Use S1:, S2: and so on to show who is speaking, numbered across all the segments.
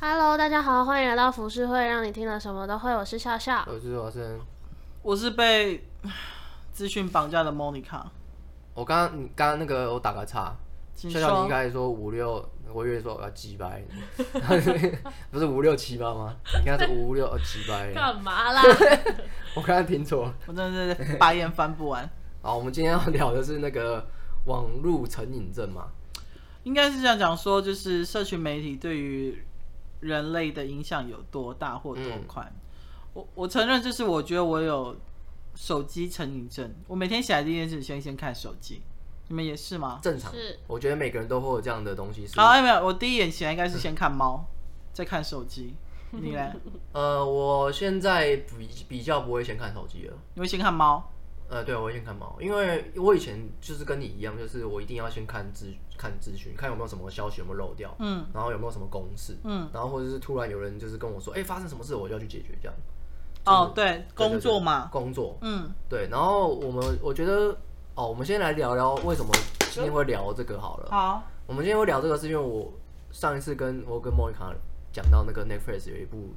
S1: Hello，大家好，欢迎来到服饰会，让你听了什么都会。我是笑笑。
S2: 我是华生。
S3: 我是被资讯绑架的 Monica，
S2: 我刚刚你刚刚那个我打个岔，
S3: 请
S2: 笑笑你应
S3: 说。
S2: 该说五六，我以为说我要几百， 不是五六七八吗？你刚刚是五六呃几百，
S1: 干嘛啦？
S2: 我刚刚听错了。
S3: 我真的是 白眼翻不完，
S2: 好，我们今天要聊的是那个网络成瘾症嘛。
S3: 应该是这样讲说，就是社群媒体对于人类的影响有多大或多
S2: 嗯
S3: 宽。我我承认，就是我觉得我有手机成瘾症，我每天起来第一件事先先看手机。你们也是吗？
S2: 正常
S1: 是，
S2: 我觉得每个人都会有这样的东西是。
S3: 好，哎没有，我第一眼起来应该是先看猫，再看手机。你嘞？
S2: 呃，我现在比比较不会先看手机了。
S3: 你会先看猫？
S2: 呃，对，我会先看猫，因为我以前就是跟你一样，就是我一定要先看资看资讯，看有没有什么消息有没有漏掉，
S3: 嗯，
S2: 然后有没有什么公式，
S3: 嗯，
S2: 然后或者是突然有人就是跟我说，哎、发生什么事，我就要去解决这样。
S3: 哦，对，工作嘛，
S2: 工作，
S3: 嗯，
S2: 对。然后我们我觉得，哦，我们先来聊聊为什么今天会聊这个好了。
S3: 好，
S2: 我们今天会聊这个是因为我上一次跟我跟莫妮卡讲到那个 Netflix 有一部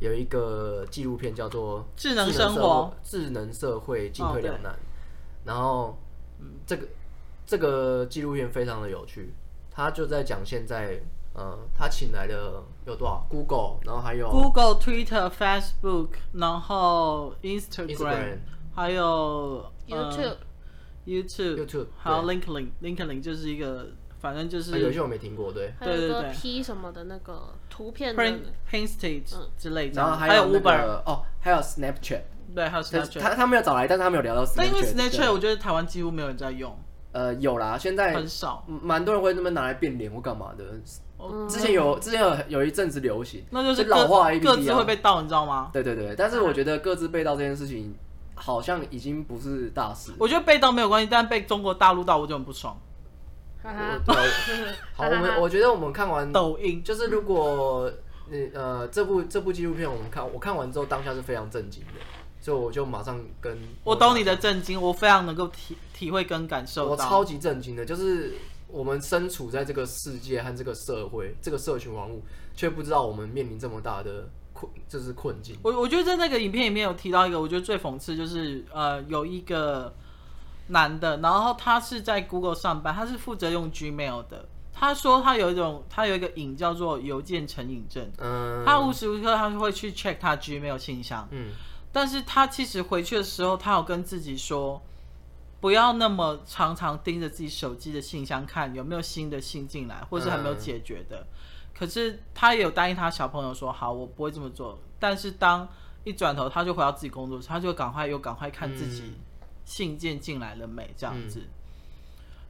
S2: 有一个纪录片叫做《
S3: 智能生活
S2: 智能社会进退
S3: 哦对
S2: 两难》，然后这个这个纪录片非常的有趣，他就在讲现在。呃，他请来的有多少？Google，然后还有
S3: Google、Twitter、Facebook，然后 Instagram，,
S2: Instagram
S3: 还有、
S1: YouTube
S3: 呃、YouTube、
S2: YouTube，
S3: 还有 LinkedIn。LinkedIn 就是一个，反正就是嗯
S2: 啊有一些我没听过，对。
S1: 还有一
S3: 对对
S1: 个
S3: 对
S1: P 什么的那个图片的
S3: Print、Painted 之类的，
S2: 然后
S3: 还
S2: 有那
S3: Uber，
S2: 个哦，还有 Snapchat，
S3: 对，还有
S2: 但
S3: Snapchat。
S2: 他他没有找来，但是他没有聊到 Snapchat 对。
S3: 但因为 Snapchat，我觉得台湾几乎没有人在用，
S2: 呃有啦，现在
S3: 很少。
S2: 嗯蛮多人会那么拿来变脸或干嘛的。
S3: 哦
S2: 之前有之前有有一阵子流行，
S3: 那就是
S2: 老
S3: 各
S2: 化 A
S3: 各
S2: P P
S3: 自
S2: 啊
S3: 会。被盗，你知道吗？
S2: 对对对，但是我觉得各自被盗这件事情好像已经不是大事。
S3: 我觉得被盗没有关系，但被中国大陆盗我就很不爽。
S1: 哈
S2: 我
S1: 啊哈，啊
S2: 对 好，我们我觉得我们看完，
S3: 抖音
S2: 就是如果你呃这部这部纪录片我们看我看完之后当下是非常震惊的，所以我就马上跟
S3: 我懂你的震惊，我非常能够体体会跟感受
S2: 我
S3: 到。
S2: 超级震惊的，就是我们身处在这个世界和这个社会、这个社群网络，却不知道我们面临这么大的困，就是困境。
S3: 我我觉得在那个影片里面有提到一个，我觉得最讽刺就是呃，有一个男的，然后他是在 Google 上班，他是负责用 Gmail 的。他说他有一种，他有一个瘾叫做邮件成瘾症，
S2: 嗯，
S3: 他无时无刻他会去 check 他 Gmail 信箱，
S2: 嗯，
S3: 但是他其实回去的时候，他有跟自己说，不要那么常常盯着自己手机的信箱看有没有新的信进来，或是还没有解决
S2: 嗯
S3: 的。可是他也有答应他小朋友说，好，我不会这么做。但是当一转头，他就回到自己工作室，他就赶快又赶快看自己信件进来了没，这样子。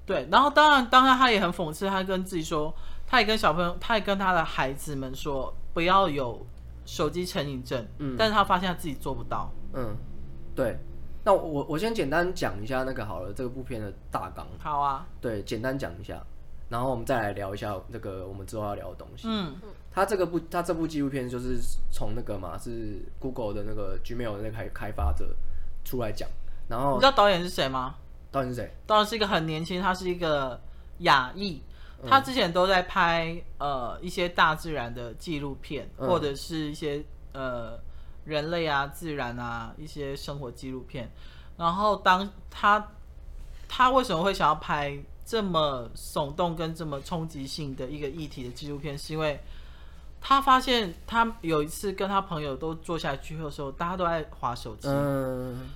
S3: 对，然后当然，当然他也很讽刺，他跟自己说，他也跟小朋友，他也跟他的孩子们说，不要有手机成瘾症。嗯，但是他发现他自己做不到。
S2: 嗯，对。那我我先简单讲一下那个好了，这个部片的大纲，
S3: 好啊，
S2: 对，简单讲一下，然后我们再来聊一下那个我们之后要聊的东西。
S3: 嗯，
S2: 他这个部他这部纪录片就是从那个嘛，是 Google 的那个 Gmail 的那个开开发者出来讲，然后
S3: 你知道导演是谁吗？
S2: 到底是谁？
S3: 导演是一个很年轻，他是一个亚裔，他之前都在拍呃一些大自然的纪录片，
S2: 嗯
S3: 或者是一些呃人类啊、自然啊一些生活纪录片。然后当他他为什么会想要拍这么耸动跟这么冲击性的一个议题的纪录片，是因为他发现他有一次跟他朋友都坐下来聚会的时候，大家都在划手机。
S2: 嗯，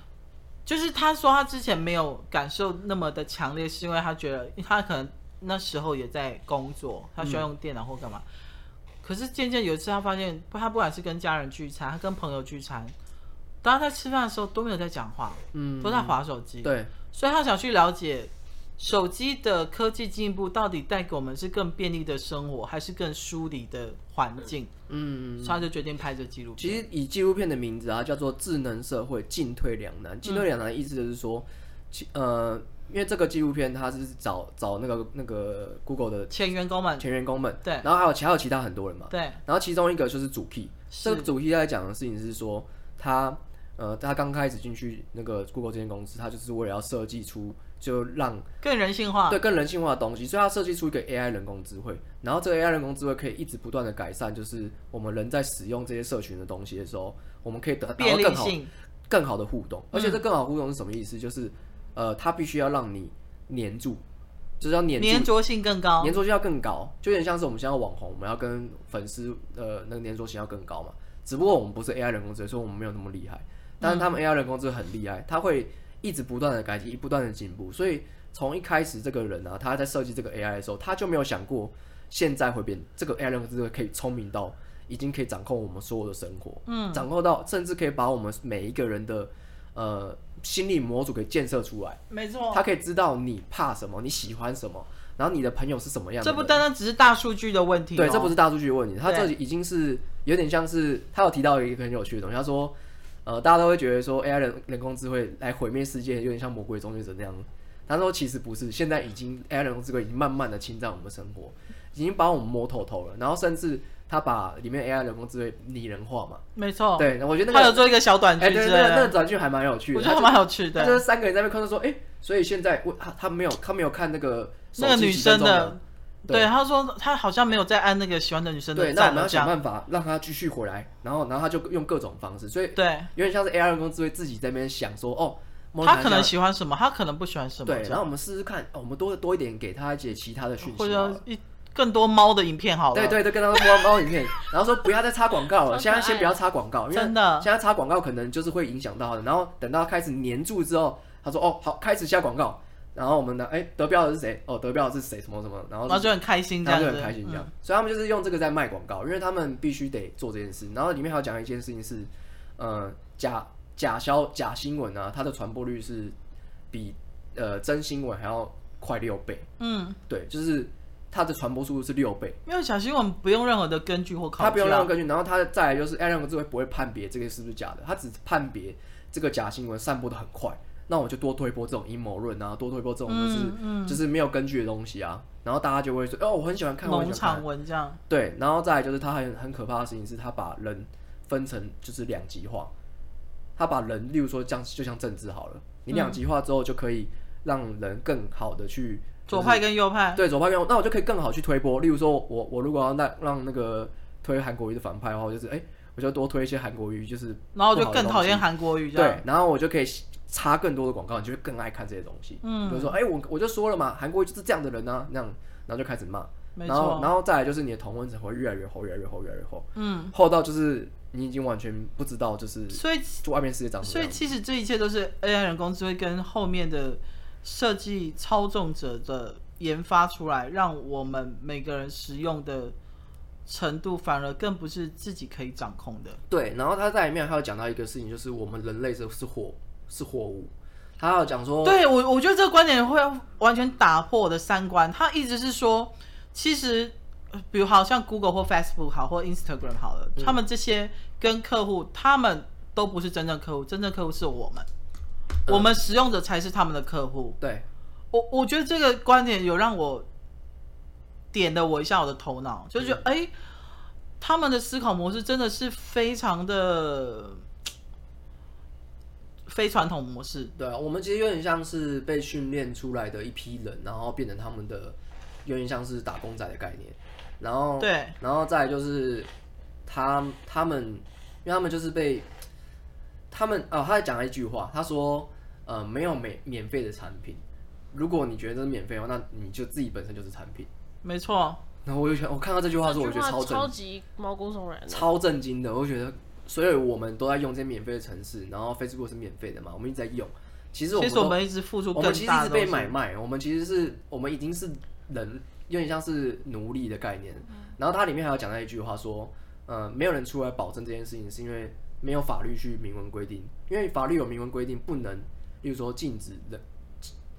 S3: 就是他说他之前没有感受那么的强烈，是因为他觉得他可能那时候也在工作，他需要用电脑或干嘛。可是渐渐有一次，他发现不他不管是跟家人聚餐，他跟朋友聚餐，大家在吃饭的时候都没有在讲话，
S2: 嗯
S3: 都在划手机。
S2: 对，
S3: 所以他想去了解手机的科技进步到底带给我们是更便利的生活，还是更疏离的环境，
S2: 嗯。
S3: 所以他就决定拍这纪录片。
S2: 其实以纪录片的名字啊，叫做《智能社会进退两难》。
S3: 嗯
S2: 进退两难的意思就是说，其呃，因为这个纪录片它是找找那个那个 Google 的
S3: 前员工们
S2: 前员工们，
S3: 对
S2: 然后还有其还有其他很多人嘛，
S3: 对，
S2: 然后其中一个就是主 key，
S3: 是
S2: 这个主 key 在讲的事情是说，他呃，他刚开始进去那个 Google 这间公司，他就是为了要设计出就让
S3: 更人性化。
S2: 对更人性化的东西，所以它设计出一个 AI 人工智慧，然后这个 AI 人工智慧可以一直不断的改善，就是我们人在使用这些社群的东西的时候，我们可以得达到
S3: 呃便
S2: 更
S3: 利
S2: 好
S3: 性，嗯
S2: 更好的互动。而且这更好互动是什么意思？就是呃，它必须要让你黏住，就是要黏住
S3: 粘着性更高。
S2: 粘着性要更高，就有点像是我们现在网红，我们要跟粉丝呃那个粘着性要更高嘛。只不过我们不是 AI 人工智能，所以我们没有那么厉害。但是他们 AI 人工智能很厉害，它会一直不断的改进，不断的进步。所以从一开始这个人啊，他在设计这个 AI 的时候，他就没有想过现在会变这个 AI 人工智能可以聪明到已经可以掌控我们所有的生活，嗯，掌控到甚至可以把我们每一个人的呃心理模组给建设出来。
S3: 没错，
S2: 他可以知道你怕什么，你喜欢什么，然后你的朋友是什么样的
S3: 这
S2: 人。
S3: 不单单只是大数据的问题、哦，
S2: 对，这不是大数据的问题，他这
S3: 对
S2: 已经是有点像是他有提到一个很有趣的东西，他说，呃，大家都会觉得说 AI 人人工智慧来毁灭世界，有点像魔鬼终结者那样。他说其实不是，现在已经 AI 人工智慧已经慢慢的侵占我们的生活，已经把我们摸透透了，然后甚至他把里面 AI 人工智慧拟人化嘛。
S3: 没错。
S2: 对，我觉得那
S3: 哦他有
S2: 个。
S3: 做一个小短
S2: 哎、
S3: 剧
S2: 对
S3: 之
S2: 对
S3: 类
S2: 对，那个
S3: 的，
S2: 短剧还蛮有趣的。
S3: 我觉
S2: 他
S3: 得还
S2: 就
S3: 蛮有趣
S2: 他就
S3: 的。
S2: 是三个人在那边看，他说：“哎、所以现在我他他没有他没有看那个手
S3: 那个
S2: 机
S3: 女
S2: 几分钟
S3: 生的
S2: 了，对
S3: 对，他说他好像没有在按那个喜欢的女生
S2: 对，
S3: 的
S2: 那我
S3: 赞
S2: 们
S3: 了，
S2: 要
S3: 这
S2: 想
S3: 样
S2: 办法让他继续回来，然后然后他就用各种方式，所以
S3: 对，
S2: 有点像是 AI 人工智慧自己在那边想说，哦，某种
S3: 他
S2: 程
S3: 可
S2: 度
S3: 能
S2: 上
S3: 喜欢什么，他可能不喜欢什么，
S2: 对，然
S3: 这样
S2: 后我们试试看，哦，我们多多一点给他一些其他的讯息啊
S3: 或
S2: 好了，
S3: 者一更多猫的影片好了。
S2: 对对对，跟他说播猫影片，然后说不要再插广告了，
S1: 好可
S2: 现在先
S1: 爱
S2: 不要插广告，因为
S3: 真的
S2: 现在插广告可能就是会影响到他的。然后等到开始黏住之后，他说哦好，开始下广告。然后我们的哎得标的是谁？哦得标的是谁？什哦么什么？然后
S3: 然后就很开心这
S2: 他
S3: 样
S2: 就
S3: 子，
S2: 很开心这样
S3: 嗯。
S2: 所以他们就是用这个在卖广告，因为他们必须得做这件事。然后里面还有讲一件事情是，呃，假假消假新闻啊，它的传播率是比呃真新闻还要快六倍，
S3: 嗯，
S2: 对，就是它的传播速度是六倍。
S3: 因为小新闻不用任何的根据或考据、啊，
S2: 它不用任何根据，然后它再来就是 AI 人工智慧不会判别这个是不是假的，它只判别这个假新闻散播的很快。那我就多推波这种阴谋论啊，多推波这种就是、
S3: 嗯嗯
S2: 就是没有根据的东西啊，然后大家就会说，哦，我很喜欢看，我很
S3: 农
S2: 喜欢看
S3: 场。文这样，
S2: 对，然后再来就是他很很可怕的事情是，他把人分成就是两极化，他把人，例如说像就像政治好了，你两极化之后就可以让人更好的去、
S3: 左派跟右派，
S2: 对左派右，那我就可以更好去推波。例如说我我如果要那让那个推韩国瑜的反派的话，我就是哎、我就多推一些韩国瑜，就是
S3: 然后我
S2: 不
S3: 就
S2: 好的
S3: 更讨厌
S2: 东西
S3: 韩国语这样。
S2: 对，然后我就可以插更多的广告，你就会更爱看这些东西。
S3: 嗯
S2: 比如说哎、我我就说了嘛，韩国瑜就是这样的人啊，那样，然后就开始骂。
S3: 没
S2: 然后，
S3: 错，
S2: 然后再来就是你的同温层会越来越厚，越来越厚，越来越厚，
S3: 嗯，
S2: 厚到就是你已经完全不知道，就是
S3: 所以
S2: 就外面世界长什么
S3: 所以
S2: 样子。
S3: 其实这一切都是 AI 人工智慧跟后面的设计操纵者的研发出来，让我们每个人使用的程度反而更不是自己可以掌控的。
S2: 对，然后他在里面还有讲到一个事情，就是我们人类是是货是货物，他还有讲说，
S3: 对我，我觉得这个观点会完全打破我的三观。他一直是说，其实，呃比如好像 Google 或 Facebook 好，或 Instagram 好了，他们这些跟客户，他们都不是真正客户，真正客户是我们，我们使用者才是他们的客户。
S2: 对，
S3: 我我觉得这个观点有让我点了我一下我的头脑，就觉得
S2: 嗯
S3: 哎、诶他们的思考模式真的是非常的非传统模式。
S2: 对啊，我们其实有点像是被训练出来的一批人，然后变成他们的有点像是打工仔的概念，然后
S3: 对，
S2: 然后再来就是他他们，因为他们就是被他们哦，他讲了一句话，他说呃，没有免免费的产品，如果你觉得这是免费的话，那你就自己本身就是产品。
S3: 没错。
S2: 然后我就想，我看到这句话的时候，我觉得超
S1: 这句话
S2: 震
S1: 超级毛骨悚然的。
S2: 超震惊的，我就觉得，所以我们都在用这些免费的城市，然后 Facebook 是免费的嘛，我们一直在用，其实我
S3: 其
S2: 们
S3: 实我
S2: 都
S3: 们一直付出
S2: 我
S3: 更
S2: 们其实
S3: 大
S2: 一直
S3: 的东
S2: 被
S3: 西。
S2: 买卖，我们其实是我们已经是人，有点像是奴隶的概念。
S3: 嗯
S2: 然后它里面还有讲到一句话说，呃，没有人出来保证这件事情，是因为没有法律去明文规定，因为法律有明文规定不能，例如说禁止人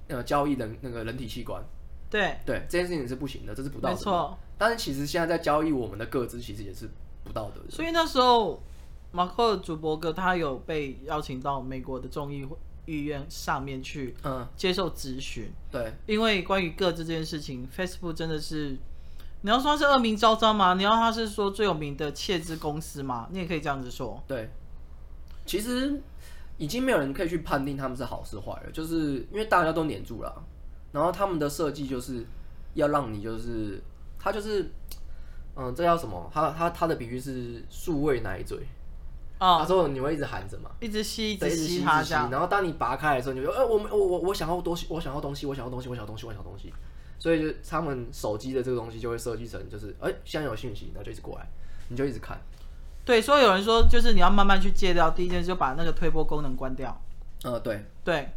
S2: 呃交易人那个人体器官，
S3: 对，
S2: 对这件事情是不行的，这是不道
S3: 没
S2: 德的。
S3: 错。
S2: 但是其实现在在交易我们的个资，其实也是不道德的。
S3: 所以那时候马克主播哥他有被邀请到美国的众议议院上面去
S2: 嗯，
S3: 接受咨询，
S2: 对，
S3: 因为关于各自这件事情，Facebook 真的是。你要说它是恶名昭彰吗？你要它是说最有名的窃资公司吗？你也可以这样子说。
S2: 对，其实已经没有人可以去判定他们是好是坏了，就是因为大家都黏住了啊、然后他们的设计就是要让你就是他就是。嗯，这叫什么？他他他的比喻是数位奶嘴，他
S3: 哦，
S2: 说你会一直含着嘛，
S3: 一直吸，一
S2: 对
S3: 直
S2: 一直吸
S3: 吸
S2: 一
S3: 它
S2: 直吸，
S3: 这样。
S2: 然后当你拔开的时候，你就呃，我们我我我想要东西，我想要东西，我想要东西，我想要东西，我想要东西，所以就他们手机的这个东西就会设计成就是，哎、现在有讯息，然后就一直过来，你就一直看，
S3: 对，所以有人说，就是你要慢慢去戒掉。第一件事就把那个推波功能关掉。
S2: 呃，对，
S3: 对，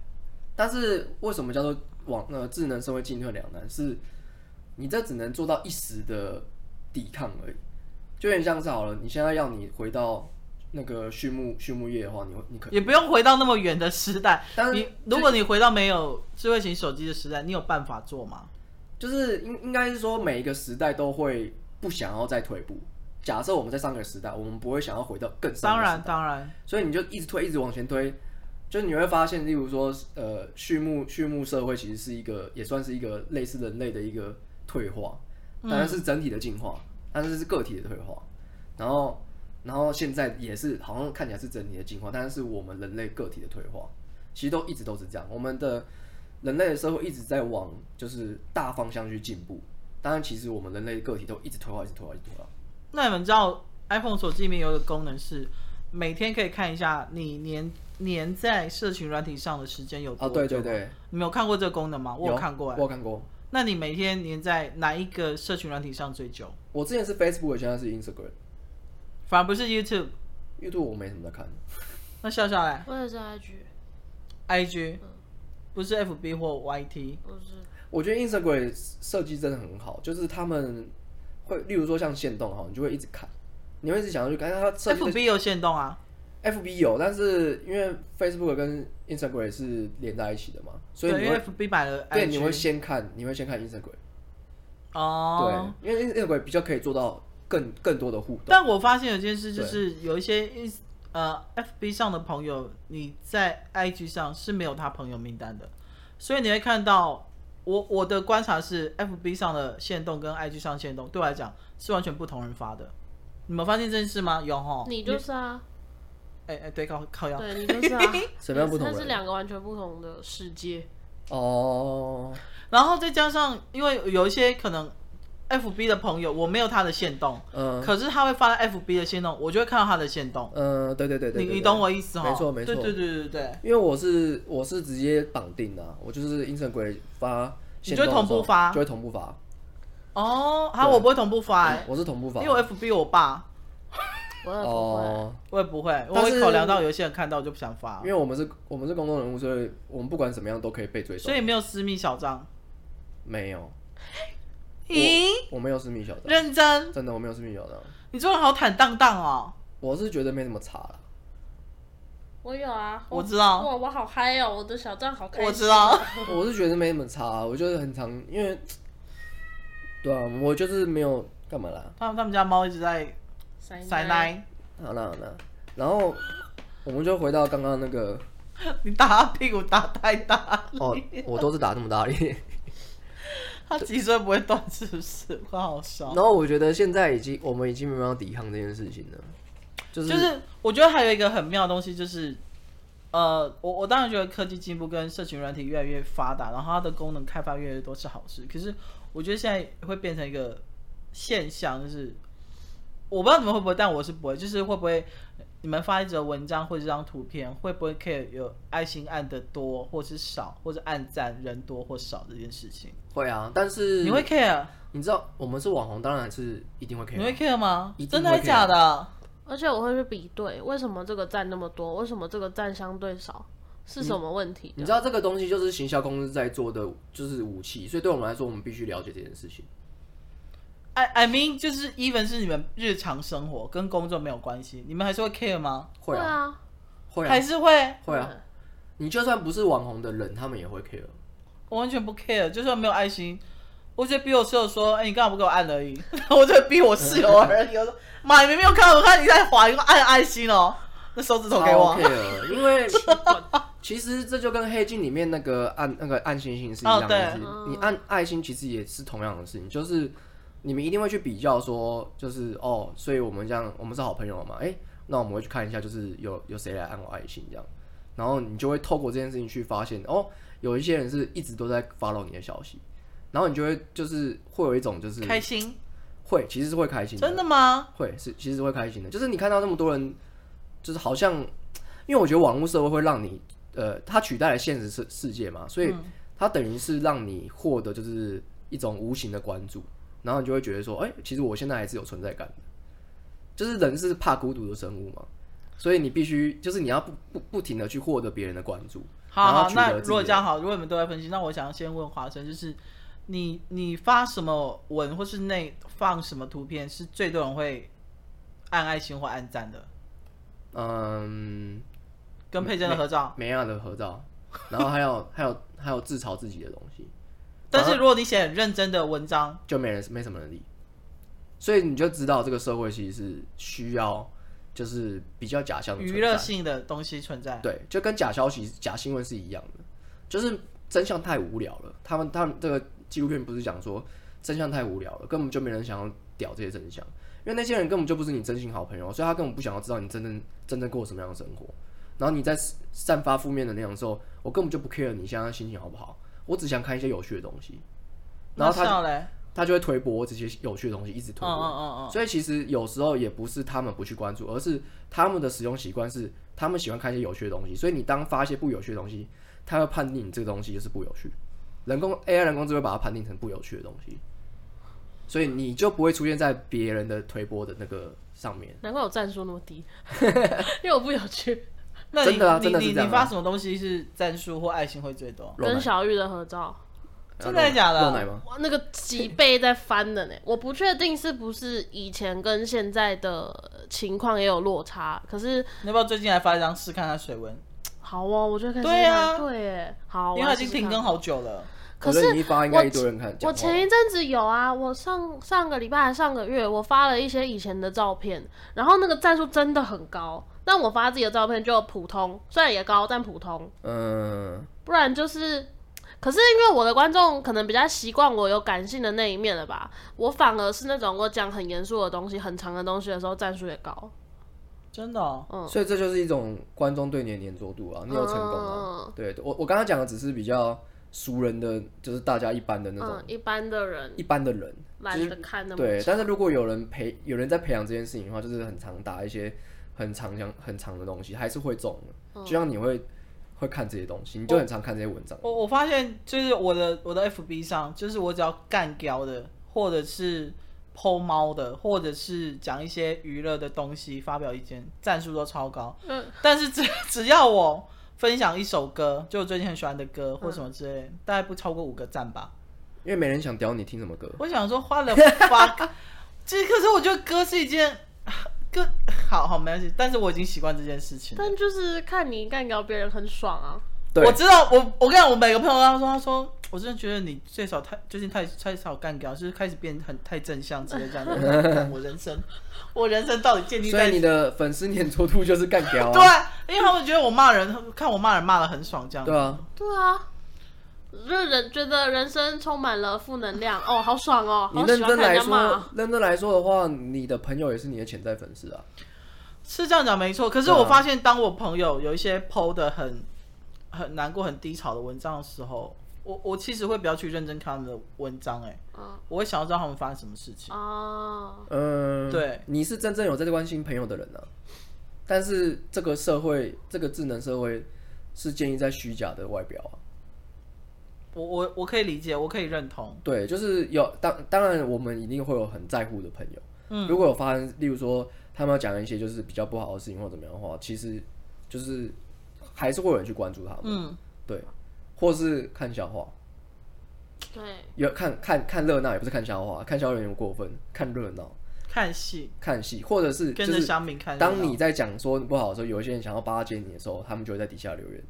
S2: 但是为什么叫做网呃智能社会进退两难？是你这只能做到一时的抵抗而已，就有点像是好了，你现在要你回到那个畜牧畜牧业的话，你会你可
S3: 也不用回到那么远的时代。
S2: 但是
S3: 哎你
S2: 就
S3: 如果你回到没有智慧型手机的时代，你有办法做吗？
S2: 就是应应该是说每一个时代都会不想要再退步。假设我们在上个时代，我们不会想要回到更上
S3: 当
S2: 个时代，
S3: 然，当然，
S2: 所以你就一直推，一直往前推，就是你会发现，例如说，呃，畜牧畜牧社会其实是一个也算是一个类似人类的一个退化，当然是整体的进化，但是是个体的退化，然后然后现在也是好像看起来是整体的进化，但是是我们人类个体的退化，其实都一直都是这样，我们的人类的社会一直在往就是大方向去进步。当然，其实我们人类个体都一直退化，一直退化，一直退化。
S3: 那你们知道 iPhone 手机里面有一个功能是每天可以看一下你粘粘在社群软体上的时间有多
S2: 啊，
S3: 久？
S2: 对对对，
S3: 你没有看过这个功能吗？我有看过、
S2: 我
S3: 欸。
S2: 有看过。
S3: 那你每天粘在哪一个社群软体上最久？
S2: 我之前是 Facebook，现在是 Instagram。
S3: 反而不是 YouTube。
S2: YouTube 我没什么在看，
S3: 那笑笑来
S1: 我也是 IG，
S3: ，IG 不是 FB 或 YT。
S1: 我是
S2: 我觉得 Instagram 设计真的很好，就是他们会，例如说像限动哈，你就会一直看，你会一直想要去看但它设计的。
S3: FB 有限动啊，
S2: FB 有，但是因为 Facebook 跟 Instagram 是连在一起的嘛，所以
S3: 对
S2: 你
S3: 因为
S2: 会
S3: FB 买了 IG，
S2: 对你会先看，你会先看 Instagram，、
S3: 哦。
S2: 对，因为 Instagram 比较可以做到更更多的互动。
S3: 但我发现有件事，就是有一些 ins- 呃 FB 上的朋友，你在 IG 上是没有他朋友名单的，所以你会看到我我的观察是，FB 上的限动跟 IG 上的限动对我来讲是完全不同人发的。你们发现这件事吗？有
S2: 哦
S3: 哈，
S1: 你就是啊，
S3: 哎哎，对，靠靠腰，
S1: 对你就是啊，
S2: 什么样不同
S1: 那是
S2: 人？
S1: 两个完全不同的世界。
S2: 哦，
S3: 然后再加上因为有一些可能 FB 的朋友，我没有他的限动，
S2: 嗯
S3: 可是他会发在 FB 的限动，我就会看到他的限动。
S2: 嗯，对对对对
S3: 你
S2: 对
S3: 你
S2: 对
S3: 懂我意思哈？
S2: 没错没错
S3: 对对对对对。
S2: 因为我是我是直接绑定的啊、我就是 Instagram 发限动的时候，
S3: 你就会同步发
S2: 就会同步发，
S3: 哦，好，
S2: 对
S3: 我不会同步发、欸，
S2: 我是同步发
S3: 因为。我 FB 我爸，
S1: 我也不会，
S2: 哦，
S3: 我也不会，我
S2: 但是
S3: 会考量到有些人看到我就不想发
S2: 因，为我们是我们是公众人物，所以我们不管怎么样都可以被追踪
S3: 所。以没有私密小账。
S2: 没有，
S3: 咦，
S2: 我没有私密小的，
S3: 认真，
S2: 真的我没有私密小的，
S3: 你做人好坦荡荡哦。
S2: 我是觉得没什么差啦。
S1: 我有啊，
S3: 我知道
S1: 哇，我好嗨哦，我的小账好开心。
S3: 我知道，
S2: 我是觉得没什么差啊、我就是很常因为，对啊，我就是没有干嘛啦。
S3: 他们他们家猫一直在塞
S1: 塞奶，
S3: 奶，
S2: 好啦好啦，然后我们就回到刚刚那个，
S3: 你打他屁股打太大，
S2: 哦，我都是打这么大力。
S3: 他脊椎不会断是不是？我好笑
S2: 然。后我觉得现在已经我们已经没有要抵抗这件事情了，就是
S3: 就是我觉得还有一个很妙的东西，就是呃，我我当然觉得科技进步跟社群软体越来越发达，然后它的功能开发越来越多是好事。可是我觉得现在会变成一个现象，就是我不知道你们会不会，但我是不会，就是会不会你们发一则文章或者一张图片，会不会 care 有爱心按的多或是少，或者按赞人多或少这件事情？
S2: 会啊，但是
S3: 你会 care？
S2: 你知道我们是网红，当然是一定会 care，
S3: 你会 care 吗
S2: 一？定
S3: 真的
S2: 会
S3: 还假
S2: care
S3: 的？
S1: 而且我会去比对，为什么这个赞那么多，为什么这个赞相对少，是什么问题
S2: 你
S1: 的？
S2: 知道这个东西就是行销公司在做的，就是武器，所以对我们来说，我们必须了解这件事情。
S3: I I mean，就是 even 是你们日常生活跟工作没有关系，你们还是会 care 吗？
S2: 会啊，
S1: 啊，
S2: 会啊，
S3: 还是会？
S2: 会啊。你就算不是网红的人，他们也会 care。
S3: 我完全不 care，就算没有爱心，我只会逼我室友说：“哎、你干嘛不给我按而已？” 我只会逼我室友而已。我说：“妈，你明明有看到，我看你在滑，你给我按爱心哦，那手指头给我。
S2: 超 care，因啊为哦其实这就跟黑镜里面那个按那个按星星是一样的
S3: 哦
S2: 意思。
S1: 对嗯
S2: 你按爱心其实也是同样的事情，就是你们一定会去比较说，就是哦，所以我们这样我们是好朋友嘛，哎、那我们会去看一下，就是有有谁来按我爱心这样。然后你就会透过这件事情去发现，哦，有一些人是一直都在 follow 你的消息，然后你就会就是会有一种就是
S3: 开心，
S2: 会其实是会开心的，
S3: 真的吗？
S2: 会是其实是会开心的，就是你看到那么多人，就是好像，因为我觉得网络社会会让你，呃，它取代了现实世世界嘛，所以
S3: 嗯
S2: 它等于是让你获得就是一种无形的关注，然后你就会觉得说，哎、其实我现在还是有存在感的，就是人是怕孤独的生物嘛，所以你必须就是你要不不不停的去获得别人的关注，
S3: 好
S2: 然
S3: 好
S2: 后，取
S3: 那
S2: 得自
S3: 如果
S2: 己
S3: 这样好，如果你们都在分析，那我想要先问华生，就是你你发什么文或是内放什么图片是最多人会按爱心或按赞的？
S2: 嗯，
S3: 跟佩珍的合照。
S2: 美亚的合照，然后还有还有还有自嘲自己的东西。
S3: 但是如果你写很认真的文章，
S2: 就没人没什么能力，所以你就知道这个社会其实是需要就是比较假象的
S3: 娱
S2: 存
S3: 乐
S2: 在，
S3: 性的东西存在，
S2: 对，就跟假消息、假新闻是一样的，就是真相太无聊了。他们他们这个纪录片不是讲说真相太无聊了，根本就没人想要屌这些真相，因为那些人根本就不是你真心好朋友，所以他根本不想要知道你真正真正过什么样的生活。然后你在散发负面能量的时候，我根本就不 care 你现在心情好不好，我只想看一些有趣的东西。然
S3: 那
S2: 后他
S3: 笑嘞，
S2: 他就会推播这些有趣的东西，一直
S3: 嗯
S2: 推播。
S3: 嗯嗯
S2: 所以其实有时候也不是他们不去关注，而是他们的使用习惯是他们喜欢看一些有趣的东西。所以你当发一些不有趣的东西，他会判定你这个东西就是不有趣。人工 AI 人工智慧把它判定成不有趣的东西，所以你就不会出现在别人的推播的那个上面。
S1: 难怪我战术那么 低，因为我不有趣。
S3: 嗯，那你
S2: 真的啊真的是
S3: 你你
S2: 这样
S3: 你
S2: 啊
S3: 发什么东西是战术或爱心会最多？
S2: 肉奶
S1: 跟小玉的合照，
S3: 真的假的
S2: 肉啊奶吗？
S1: 哇，那个几倍在翻的呢。我不确定是不是以前跟现在的情况也有落差，可是
S3: 你要不要最近来发一张试看看水文？
S1: 好哦，我觉得可以试试
S3: 对啊
S1: 看对耶，好，
S3: 因为
S1: 我
S3: 它
S1: 来
S3: 已经
S1: 试试
S3: 停
S1: 看
S3: 更好久了。
S1: 可
S2: 我觉得
S1: 是
S2: 你一发应该一堆人看。
S1: 我
S2: 讲话
S1: 前一阵子有啊，我上上个礼拜还上个月，我发了一些以前的照片，然后那个赞数真的很高，但我发自己的照片就普通，虽然也高，但普通。
S2: 嗯，
S1: 不然就是，可是因为我的观众可能比较习惯我有感性的那一面了吧，我反而是那种我讲很严肃的东西、很长的东西的时候，战术也高。
S3: 真的、哦，
S2: 所以这就是一种观众对你的粘着度啊，你有成功
S1: 嗯
S2: 啊？对我我刚刚讲的只是比较熟人的，就是大家一般的那种
S1: 嗯，一般的人
S2: 一般的人，
S1: 懒得看那么
S2: 对，但是如果有人培有人在培养这件事情的话，就是很常打一些很长讲很长的东西，还是会中的。
S1: 嗯
S2: 就像你会会看这些东西，你
S1: 哦
S2: 就很常看这些文章。
S3: 我我发现就是我的我的 FB 上，就是我只要干掉的，或者是剖猫的，或者是讲一些娱乐的东西，发表意见，赞数都超高。嗯，但是只 只要我分享一首歌，就我最近很喜欢的歌或什么之类，大概不超过五个赞吧。
S2: 因为没人想屌你听什么歌，
S3: 我想说花了 fuck，其 实可是我觉得歌是一件 歌，好好没关系，但是我已经习惯这件事情 了。
S1: 但就是看你干掉别人很爽啊，
S2: 对
S3: 我知道，我我跟你讲，我每个朋友他说，他说，我真的觉得你最少太最近太太少干掉，就是开始变很太正向之类这样的。我 在想我人生，我人生到底建立
S2: 所
S3: 在
S2: 以你的粉丝粘着度就是干屌
S3: 对
S2: 啊。
S3: 啊，因为他们觉得我骂人，看我骂人骂的很爽这样。
S2: 对啊，
S1: 对啊。就是人觉得人生充满了负能量哦，好爽哦，
S2: 你
S1: 好
S2: 认
S1: 喜欢
S2: 真
S1: 看
S2: 来
S1: 人家骂
S2: 说
S1: 哦。，
S2: 认真来说的话，你的朋友也是你的潜在粉丝啊。
S3: 是这样讲没错。可是
S2: 对啊
S3: 我发现，当我朋友有一些 PO 的很很难过、很低潮的文章的时候，我我其实会比较去认真看他们的文章、哎，
S1: 嗯
S3: 我会想要知道他们发生什么事情。
S1: 哦，
S2: 嗯，
S3: 对，
S2: 你是真正有在关心朋友的人啊。但是这个社会，这个智能社会是建立在虚假的外表啊。
S3: 我我我可以理解，我可以认同。
S2: 对，就是有当当然，我们一定会有很在乎的朋友。嗯，如果有发生，例如说他们要讲一些就是比较不好的事情或怎么样的话，其实就是还是会有人去关注他们。
S3: 嗯，
S2: 对，或是看笑话，
S1: 对，
S2: 有看看看热闹，也不是看笑话，看笑话有点过分，看热闹、
S3: 看戏，
S2: 看戏，或者是就
S3: 跟着
S2: 是
S3: 乡民看热闹。
S2: 当你在讲说不好的时候，有一些人想要巴结你的时候，他们就会在底下留言，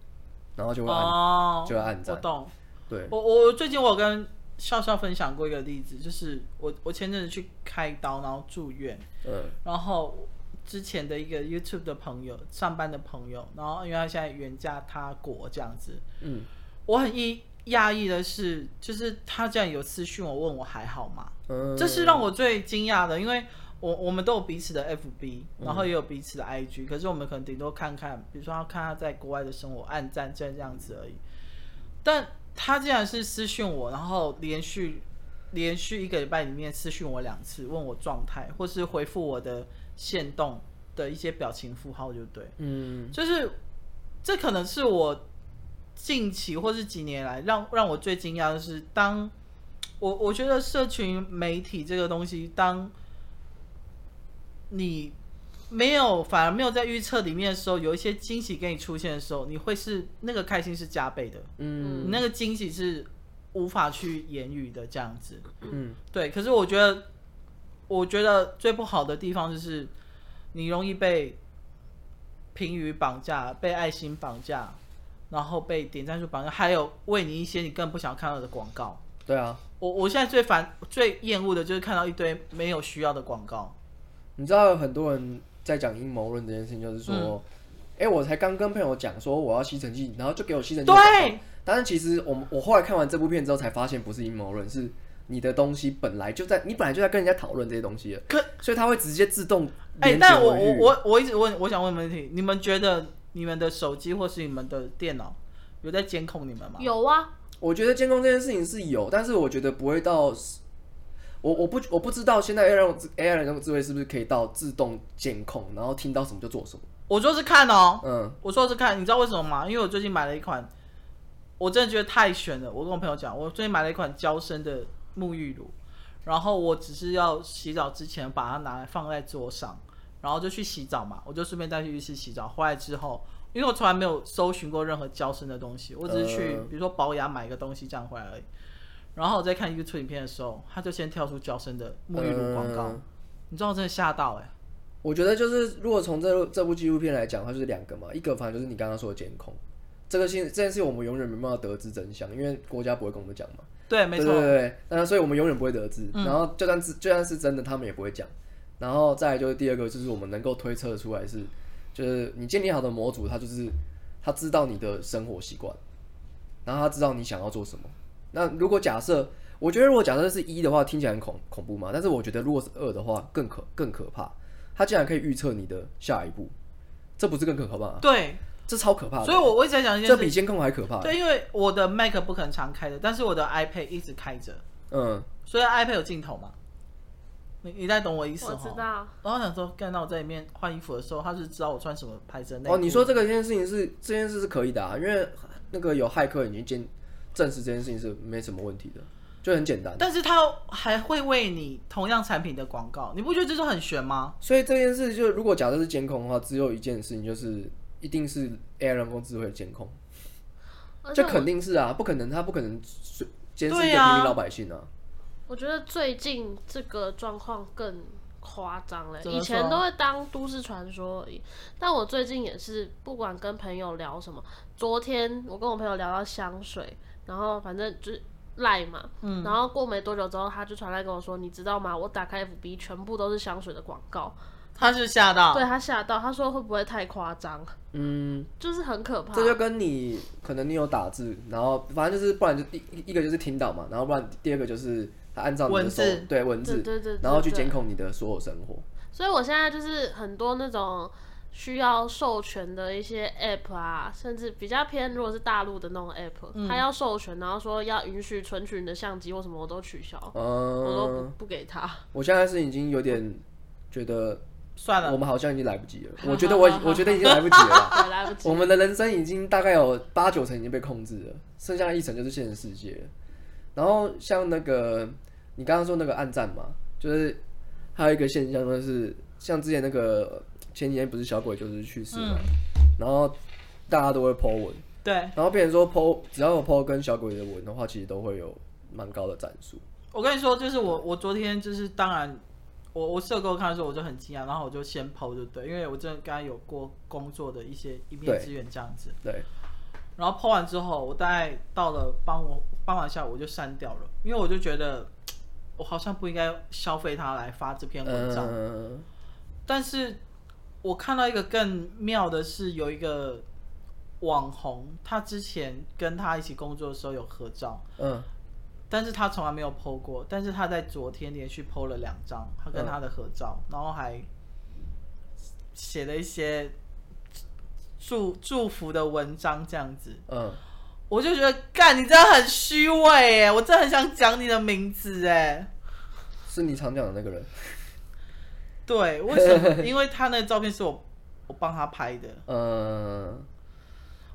S2: 然后就会按、
S3: 哦，
S2: 就会按
S3: 我
S2: 赞。
S3: 懂。
S2: 对，
S3: 我我我最近我有跟笑笑分享过一个例子，就是我我前阵子去开刀，然后住院，
S2: 嗯，
S3: 然后之前的一个 YouTube 的朋友，上班的朋友，然后因为他现在远嫁他国这样子，
S2: 嗯，
S3: 我很意讶异的是，就是他竟然有私讯我问我还好吗？
S2: 嗯，
S3: 这是让我最惊讶的，因为我我们都有彼此的 FB，然后也有彼此的 IG，、可是我们可能顶多看看，比如说他看他在国外的生活，按赞这样子而已。但他竟然是私讯我，然后连续连续一个礼拜里面私讯我两次，问我状态，或是回复我的线动的一些表情符号，就对，
S2: 嗯，
S3: 就是这可能是我近期或是几年来让让我最惊讶的是，当我我觉得社群媒体这个东西，当你没有反而没有在预测里面的时候，有一些惊喜给你出现的时候，你会是那个开心是加倍的，
S2: 嗯
S3: 你那个惊喜是无法去言语的这样子。
S2: 嗯，
S3: 对，可是我觉得，我觉得最不好的地方就是你容易被评语绑架，被爱心绑架，然后被点赞数绑架，还有为你一些你更不想看到的广告。
S2: 对啊，
S3: 我我现在最烦、最厌恶的就是看到一堆没有需要的广告。
S2: 你知道很多人在讲阴谋论这件事情，就是
S3: 嗯
S2: 说，哎、我才刚跟朋友讲说我要吸尘器，然后就给我吸尘器的广告。
S3: 对，
S2: 但是其实我们我后来看完这部片之后才发现，不是阴谋论，是你的东西本来就在，你本来就在跟人家讨论这些东西了，
S3: 可
S2: 所以它会直接自动
S3: 哎、
S2: 连接
S3: 但我
S2: 回
S3: 我
S2: 去
S3: 我我一直问，我想问你们问题，你们觉得你们的手机或是你们的电脑有在监控你们吗？
S1: 有啊，
S2: 我觉得监控这件事情是有，但是我觉得不会到，我我不我不知道现在 AI 人工智 AI 人工智慧是不是可以到自动监控，然后听到什么就做什么。
S3: 我就是看哦，
S2: 嗯，
S3: 我说是看，你知道为什么吗？因为我最近买了一款，我真的觉得太悬了。我跟我朋友讲，我最近买了一款娇生的沐浴乳，然后我只是要洗澡之前把它拿来放在桌上，然后就去洗澡嘛，我就顺便带去浴室洗澡。回来之后，因为我从来没有搜寻过任何娇生的东西，我只是去、
S2: 呃
S3: 比如说保养买个东西这样回来而已。然后我在看 YouTube 影片的时候，他就先跳出娇生的沐浴乳广告，
S2: 嗯
S3: 你知道我真的吓到哎、
S2: 我觉得就是如果从这这部纪录片来讲，它就是两个嘛，一个反正就是你刚刚说的监控，这个现这件事情我们永远没办法得知真相，因为国家不会跟我们讲嘛。
S3: 欸对，没错，
S2: 对对对，那所以我们永远不会得知。然后就算知就算是真的，他们也不会讲。然后再来就是第二个，就是我们能够推测出来是，就是你建立好的模组，他就是他知道你的生活习惯，然后他知道你想要做什么。那如果假设，我觉得如果假设是一的话，听起来很恐恐怖嘛。但是我觉得如果是二的话，更可更可怕。他竟然可以预测你的下一步，这不是更可怕吗？
S3: 对，
S2: 这超可怕的，
S3: 所以我我一直在讲一件
S2: 这
S3: 事
S2: 比监控还可怕。
S3: 对，因为我的 Mac 不可能常开的，但是我的 iPad 一直开着，
S2: 嗯，
S3: 所以 iPad 有镜头嘛。你你在懂我意思
S1: 我知
S3: 哈？
S1: 道。
S3: 然后想说，干，那我在里面换衣服的时候，他是知道我穿什么牌子的内裤。
S2: 哦，你说这个件事情是这件事是可以的、啊，因为那个有骇客已经证证实这件事情是没什么问题的，就很简单。
S3: 但是他还会为你同样产品的广告，你不觉得这就很悬吗？
S2: 所以这件事就如果假设是监控的话，只有一件事情就是一定是 AI 人工智慧的监控，
S1: 而且我
S2: 这肯定是啊，不可能他不可能随监视一个
S3: 哦对
S2: 平
S3: 啊
S2: 民老百姓啊。
S1: 我觉得最近这个状况更夸张了，
S3: 怎么
S1: 以
S3: 说
S1: 前都会当都市传说而已。但我最近也是，不管跟朋友聊什么，昨天我跟我朋友聊到香水，然后反正就是赖嘛，嗯，然后过没多久之后，他就传来跟我说，你知道吗？我打开 FB 全部都是香水的广告，
S3: 他是吓到，
S1: 对他吓到，他说会不会太夸张？
S2: 嗯，
S1: 就是很可怕
S2: 这。就跟你可能你有打字，然后反正就是不然就第一一个就是听到嘛，然后不然第二个就是他按照你的
S3: 文
S2: 手
S3: 字
S2: 对文字，
S1: 对对对对
S2: 然后去
S1: 对
S2: 监控你的所有生活。
S1: 所以我现在就是很多那种需要授权的一些 app 啊，甚至比较偏如果是大陆的那种 app，、它
S2: 嗯
S1: 要授权，然后说要允许存取你的相机或什么，我都取消，
S2: 嗯，
S1: 我都不不给他。
S2: 我现在是已经有点觉得，
S3: 算了
S2: 我，们好像已经来不及了。我觉得我已，我觉得已经来不及了 啦。
S1: 对，来不及。
S2: 我们的人生已经大概有八九成已经被控制了，剩下的一层就是现实世界了。然后像那个你刚刚说那个暗战嘛，就是还有一个现象就是，像之前那个前几天不是小鬼就是去世嘛，然后大家都会 Po 文，
S3: 嗯对
S2: 然后变成说 Po 只要有 Po 跟小鬼的文的话，其实都会有蛮高的赞数。
S3: 我跟你说，就是我我昨天就是当然，我我社购看的时候我就很惊讶，然后我就先抛就对，因为我真的刚刚有过工作的一些一面
S2: 对
S3: 之缘这样子。
S2: 对，
S3: 然后 Po 完之后，我大概到了傍我傍晚下午我就删掉了，因为我就觉得我好像不应该消费它来发这篇文章。
S2: 嗯，
S3: 但是我看到一个更妙的是，有一个网红，他之前跟他一起工作的时候有合照，
S2: 嗯，
S3: 但是他从来没有 PO 过，但是他在昨天连续 PO 了两张他跟他的合照，然后还写了一些祝祝福的文章这样子，
S2: 嗯，
S3: 我就觉得干你真的很虚伪耶，我真的很想讲你的名字哎。
S2: 是你常讲的那个人，
S3: 对，为什么？因为他那个照片是我我帮他拍 的，
S2: 嗯，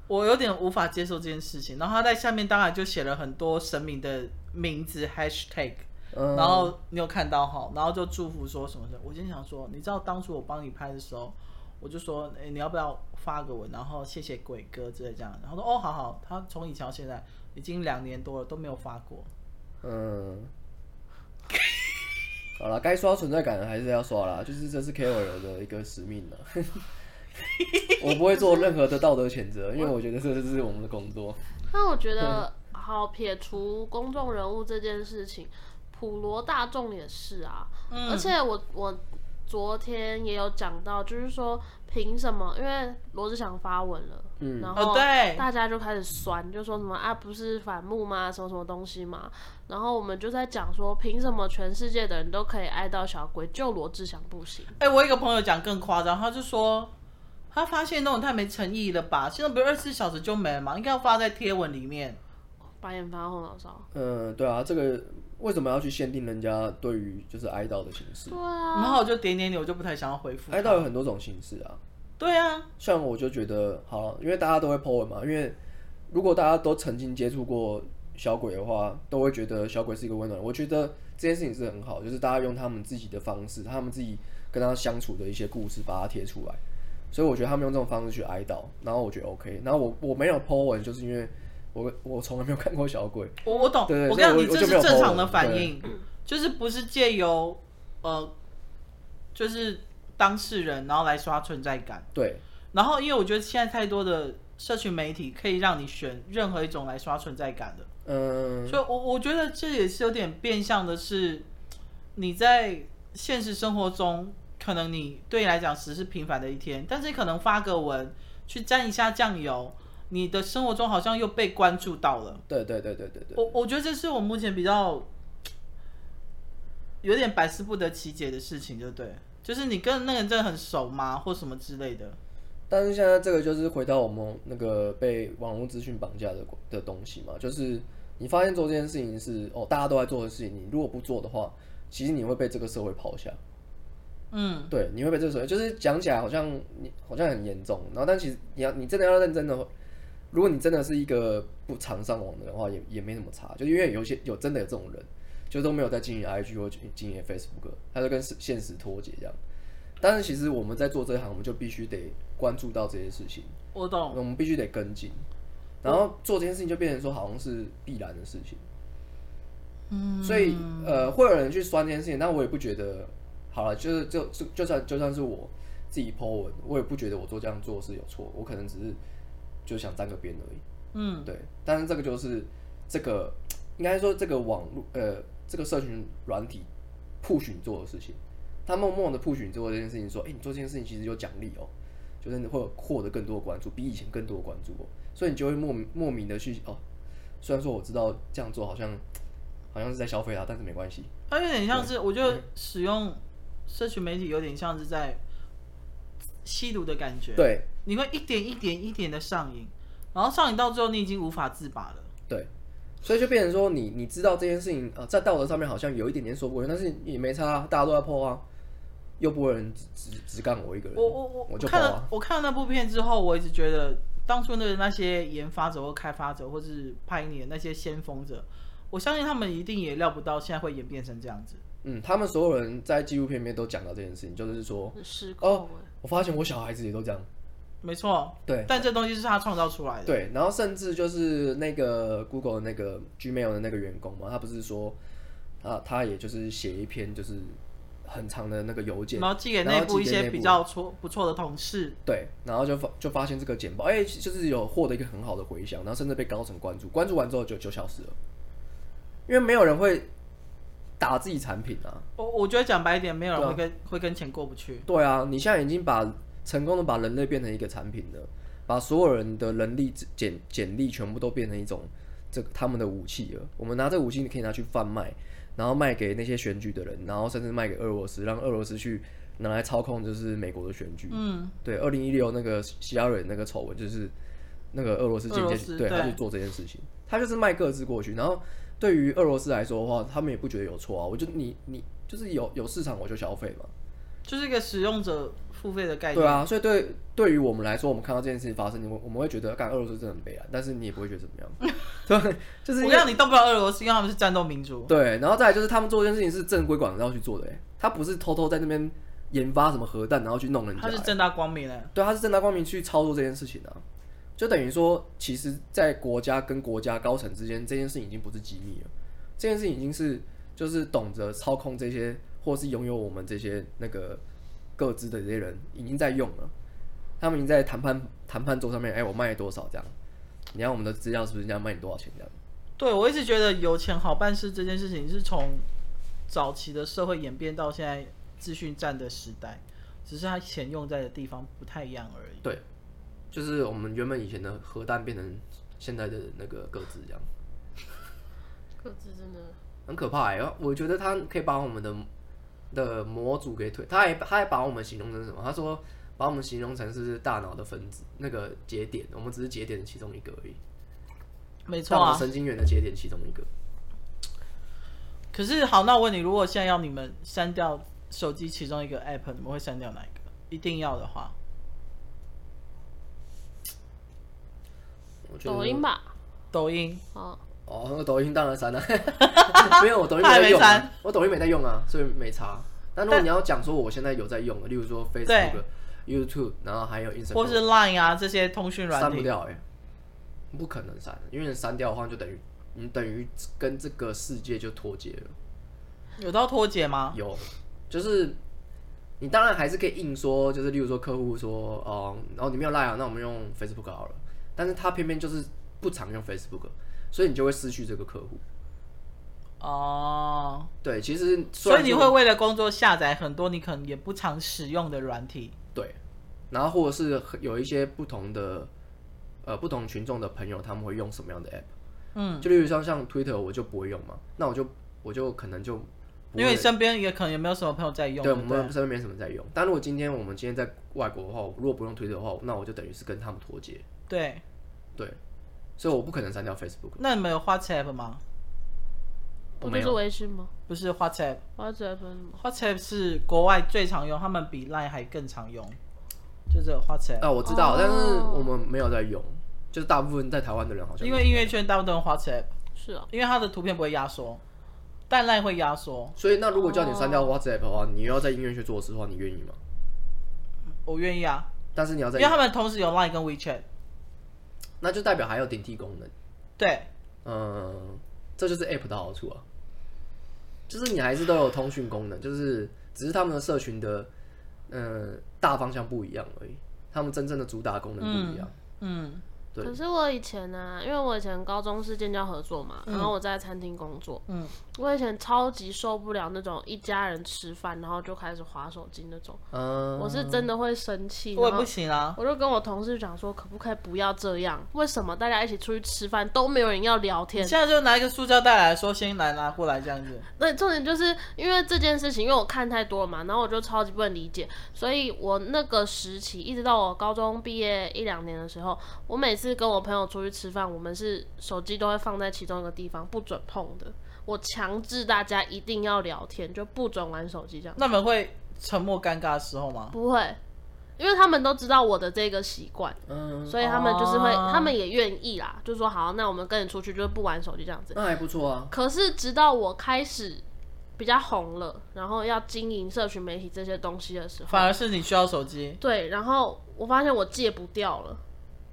S3: 我有点无法接受这件事情。然后他在下面当然就写了很多神明的名字 hashtag，
S2: 嗯
S3: 然后你有看到哈，然后就祝福说什么的。我今天想说，你知道当初我帮你拍的时候，我就说，哎、你要不要发个文，然后谢谢鬼哥之类这样。然后说，哦，好好。他从以前到现在已经两年多了都没有发过。
S2: 嗯，好了，该刷存在感还是要刷啦，就是这是 KOL 的一个使命了。 我不会做任何的道德谴责，因为我觉得这就是我们的工作。
S1: 那我觉得，好撇除公众人物这件事情，普罗大众也是啊。
S3: 嗯
S1: 而且我我昨天也有讲到，就是说凭什么？因为罗志祥发文了，
S2: 嗯
S1: 然
S3: 哦
S1: 后
S3: 对
S1: 大家就开始酸，就说什么啊不是反目吗？什么什么东西嘛。然后我们就在讲说，凭什么全世界的人都可以爱到小鬼，就罗志祥不行？
S3: 哎、我有一个朋友讲更夸张，他就说他发现那种太没诚意了吧？现在不是二十四小时就没了嘛，应该要发在贴文里面。
S1: 白眼翻后脑勺。
S2: 嗯，对啊，这个为什么要去限定人家对于就是哀悼的形式？
S1: 对啊，
S3: 然后我就点点点，我就不太想要回复。
S2: 哀悼有很多种形式啊，
S3: 对啊，
S2: 像我就觉得好了，因为大家都会 po 文嘛，因为如果大家都曾经接触过小鬼的话，都会觉得小鬼是一个温暖。我觉得这件事情是很好，就是大家用他们自己的方式，他们自己跟他相处的一些故事，把它贴出来。所以我觉得他们用这种方式去哀悼，然后我觉得 OK。然后我我没有 po 文，就是因为我我从来没有看过小鬼，
S3: 我我懂，
S2: 对对
S3: 我跟你讲，
S2: 所以我
S3: 你
S2: 我
S3: 这
S2: 就没有
S3: 是正常
S2: po
S3: 的
S2: 文
S3: 反应，
S2: 嗯
S3: 就是不是借由呃，就是当事人然后来刷存在感。
S2: 对，
S3: 然后因为我觉得现在太多的社群媒体可以让你选任何一种来刷存在感的。
S2: 嗯，
S3: 所以我，我觉得这也是有点变相的是，你在现实生活中，可能你对你来讲只是平凡的一天，但是可能发个文去沾一下酱油，你的生活中好像又被关注到了。
S2: 对对对对对对，
S3: 我我觉得这是我目前比较有点百思不得其解的事情，就对，就是你跟那个人真的很熟吗，或什么之类的。
S2: 但是现在这个就是回到我们那个被网络资讯绑架的的东西嘛，就是你发现做这件事情是哦大家都在做的事情，你如果不做的话，其实你会被这个社会抛下。
S3: 嗯，
S2: 对，你会被这个社会，就是讲起来好像你好像很严重，然后但其实你要你真的要认真的，如果你真的是一个不常上网的人的话，也也没什么差，就因为有些有真的有这种人，就都没有在经营 IG 或经营 Facebook，他就跟现实脱节这样。但是其实我们在做这一行，我们就必须得关注到这些事情。
S3: 我懂。
S2: 我们必须得跟进，然后做这件事情就变成说好像是必然的事情，
S3: 嗯，
S2: 所以呃，会有人去酸这件事情，但我也不觉得，好了，就是就就就算就算是我自己 Po 文，我也不觉得我做这样做是有错，我可能只是就想沾个边而已，
S3: 嗯，
S2: 对，但是这个就是这个应该说这个网络呃这个社群软体 push 你做的事情，他默默的 push 你做这件事情，说，哎、你做这件事情其实有奖励哦，就是你会获得更多的关注，比以前更多的关注哦，所以你就会莫名莫名的去哦，虽然说我知道这样做好像好像是在消费他，但是没关系，
S3: 它有点像是，我觉
S2: 嗯
S3: 得使用社群媒体有点像是在吸毒的感觉，
S2: 对
S3: 你会一点一点一点的上瘾，然后上瘾到最后你已经无法自拔了。
S2: 对。所以就变成说你，你知道这件事情，呃，在道德上面好像有一点点说不过去，但是也没差啊，大家都在破啊，又不会有人只只只干我一个人，
S3: 我我我
S2: 我就
S3: 看
S2: 爆啊
S3: 了我看了那部片之后，我一直觉得当初的那些研发者或开发者或是拍你的那些先锋者，我相信他们一定也料不到现在会演变成这样子。
S2: 嗯，他们所有人在纪录片里面都讲到这件事情，就是说，
S1: 很失控、
S2: 哦，我发现我小孩子也都这样，
S3: 没错，
S2: 对
S3: 但这东西是他创造出来的。
S2: 对，然后甚至就是那个 Google 的那个 Gmail 的那个员工嘛，他不是说，他他也就是写一篇就是很长的那个邮件，
S3: 然后寄给
S2: 然后
S3: 内部一
S2: 寄给内
S3: 些比较错不错的同事，
S2: 对，然后就发就发现这个简报，哎、就是有获得一个很好的回响，然后甚至被高层关注，关注完之后就就消失了，因为没有人会打自己产品啊，
S3: 我我觉得讲白一点，没有人
S2: 对啊
S3: 会跟、会跟钱过不去。
S2: 对啊，你现在已经把成功的把人类变成一个产品了，把所有人的人力简简历全部都变成一种这个他们的武器了。我们拿这个武器，你可以拿去贩卖，然后卖给那些选举的人，然后甚至卖给俄罗斯，让俄罗斯去拿来操控，就是美国的选举。
S3: 嗯，
S2: 对，二零一六那个希拉蕊那个丑闻，就是那个俄罗斯间
S3: 俄罗
S2: 接
S3: 斯
S2: 对
S3: 对
S2: 他去做这件事情，他就是卖各自过去。然后对于俄罗斯来说的话，他们也不觉得有错啊。我就你你就是有有市场我就消费嘛，
S3: 就是一个使用者付费的概念。
S2: 对啊。所以对对于我们来说，我们看到这件事情发生，你们我们会觉得，干俄罗斯真的很悲哀，但是你也不会觉得怎么 样，对，就是因
S3: 我
S2: 为
S3: 让你动不了俄罗斯，因为他们是战斗民族。
S2: 对。然后再来就是他们做这件事情是正规管道去做的、欸，他不是偷偷在那边研发什么核弹，然后去弄人家、
S3: 他是
S2: 欸
S3: 正大光明的，
S2: 对，他是正大光明去操作这件事情啊，就等于说，其实，在国家跟国家高层之间，这件事情已经不是机密了，这件事情已经是就是懂得操控这些，或是拥有我们这些那个各自的这些人，已经在用了，他们已经在谈判谈判桌上面，哎、我卖多少这样，你看我们的资料是不是这样卖你多少钱这样？
S3: 对我一直觉得有钱好办事这件事情是从早期的社会演变到现在资讯战的时代，只是他钱用在的地方不太一样而已。
S2: 对，就是我们原本以前的核弹变成现在的那个各自这样。
S1: 各自真的
S2: 很可怕哎、欸！我觉得他可以把我们的的模组给推，他还他还把我们形容成什么？他说把我们形容成是大脑的分子那个节点，我们只是节点的其中一个而已，
S3: 没
S2: 大
S3: 错
S2: 脑
S3: 啊。
S2: 神经元的节点其中一个。
S3: 可是好，那我问你，如果现在要你们删掉手机其中一个 app，你们会删掉哪一个？一定要的话，
S2: 我觉
S1: 抖音
S2: 得
S1: 吧，
S3: 抖音
S1: 啊，
S2: 哦，那个抖音当然删 了、没有我抖音
S3: 他还
S2: 在用、
S3: 没删
S2: 啊，我抖音没在用啊，所以没差。但如果你要讲说我现在有在用的，例如说 Facebook、YouTube，然后还有 Instagram，
S3: 或是 Line 啊这些通讯软
S2: 删不
S3: 体，
S2: 掉哎、不可能删，因为你删掉的话就等于你等于跟这个世界就脱节了。
S3: 有到脱节吗？
S2: 有，就是你当然还是可以硬说，就是例如说客户说，哦、然后你没有 Line 啊，那我们用 Facebook 好了。但是他偏偏就是不常用 Facebook，所以你就会失去这个客户。
S3: 哦、
S2: 对，其实虽
S3: 所
S2: 然
S3: 以你
S2: 说
S3: 会为了工作下载很多你可能也不常使用的软体。
S2: 对，然后或者是有一些不同的呃不同群众的朋友，他们会用什么样的 app？
S3: 嗯，
S2: 就例如像像 Twitter，我就不会用嘛，那我就我就可能就不
S3: 因
S2: 会
S3: 为你身边也可能也没有什么朋友在用，
S2: 对，
S3: 对
S2: 我
S3: 不
S2: 们
S3: 对？
S2: 身边没什么在用。但如果今天我们今天在外国的话，如果不用推特的话，那我就等于是跟他们脱节。
S3: 对，
S2: 对，所以我不可能删掉 Facebook。
S3: 那你们有 WhatsApp 吗？
S2: 我
S1: 不
S2: 没
S1: 就是
S2: 有，
S1: 微信吗？
S3: 不是 WhatsApp，WhatsApp
S1: 我要直接分什么？
S3: 是国外最常用，他们比 Line 还更常用，就是 WhatsApp。
S2: 啊，我知道，
S1: 哦
S2: 但是我们没有在用，就是大部分在台湾的人好像
S3: 因为音乐圈大部分都用 WhatsApp，
S1: 是啊，
S3: 因为它的图片不会压缩，但 Line 会压缩。
S2: 所以那如果叫你删
S3: 哦
S2: 掉 WhatsApp 的话，你又要在音乐圈做事的话，你愿意吗？
S3: 我愿意啊，
S2: 但是你要
S3: 因
S2: 在
S3: 为，他们同时有 Line 跟 WeChat。
S2: 那就代表还有顶替功能。
S3: 对，
S2: 嗯，这就是 App 的好处啊，就是你还是都有通讯功能，就是只是他们的社群的嗯、呃大方向不一样而已，他们真正的主打功能不一样。
S3: 嗯，
S2: 对
S1: 可是我以前呢、因为我以前高中是建教合作嘛，然后我在餐厅工作，
S3: 嗯，
S1: 我以前超级受不了那种一家人吃饭然后就开始划手机那种，
S2: 嗯，
S1: 我是真的会生气，
S3: 我也
S1: 然后
S3: 不行啊。
S1: 我就跟我同事讲说，可不可以不要这样？为什么大家一起出去吃饭都没有人要聊天？
S3: 现在就拿一个塑胶袋来说，先来拿过来这样子。
S1: 那重点就是因为这件事情，因为我看太多了嘛，然后我就超级不能理解，所以我那个时期一直到我高中毕业一两年的时候，我每次跟我朋友出去吃饭，我们是手机都会放在其中一个地方，不准碰的。我强制大家一定要聊天，就不准玩手机这样。
S3: 那你们会沉默尴尬的时候吗？
S1: 不会，因为他们都知道我的这个习惯，
S2: 嗯，
S1: 所以他们就是会，
S3: 哦
S1: 他们也愿意啦，就说好，那我们跟你出去就是不玩手机这样子。
S2: 那还不错啊。
S1: 可是直到我开始比较红了，然后要经营社群媒体这些东西的时候，
S3: 反而是你需要手机。
S1: 对，然后我发现我戒不掉了，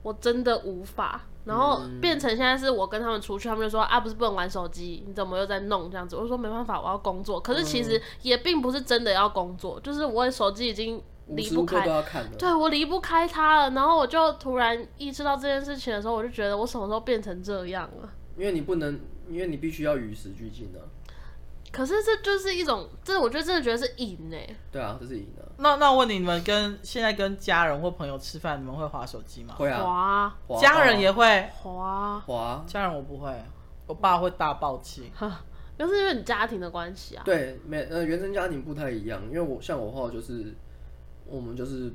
S1: 我真的无法。然后
S3: 嗯
S1: 变成现在是我跟他们出去，他们就说啊，不是不能玩手机，你怎么又在弄这样子？我就说没办法，我要工作。可是其
S3: 嗯
S1: 实也并不是真的要工作，就是我的手机已经
S2: 无
S1: 离
S2: 时
S1: 不
S2: 无刻
S1: 开
S2: 都，要看的，
S1: 对我离不开它了。然后我就突然意识到这件事情的时候，我就觉得我什么时候变成这样了？
S2: 因为你不能，因为你必须要与时俱进啊。
S1: 可是这就是一种，这我觉得真的觉得是瘾哎、
S2: 对啊，这是赢啊。
S3: 那那我问你，你们跟现在跟家人或朋友吃饭，你们会划手机吗？
S2: 会啊，
S1: 滑
S2: 滑到啊
S3: 家人也会，
S1: 滑，
S2: 滑啊，
S3: 家人我不会。我爸会大爆气。
S1: 又是因为你家庭的关系啊。
S2: 对，每呃原生家庭不太一样，因为我像我话就是我们就是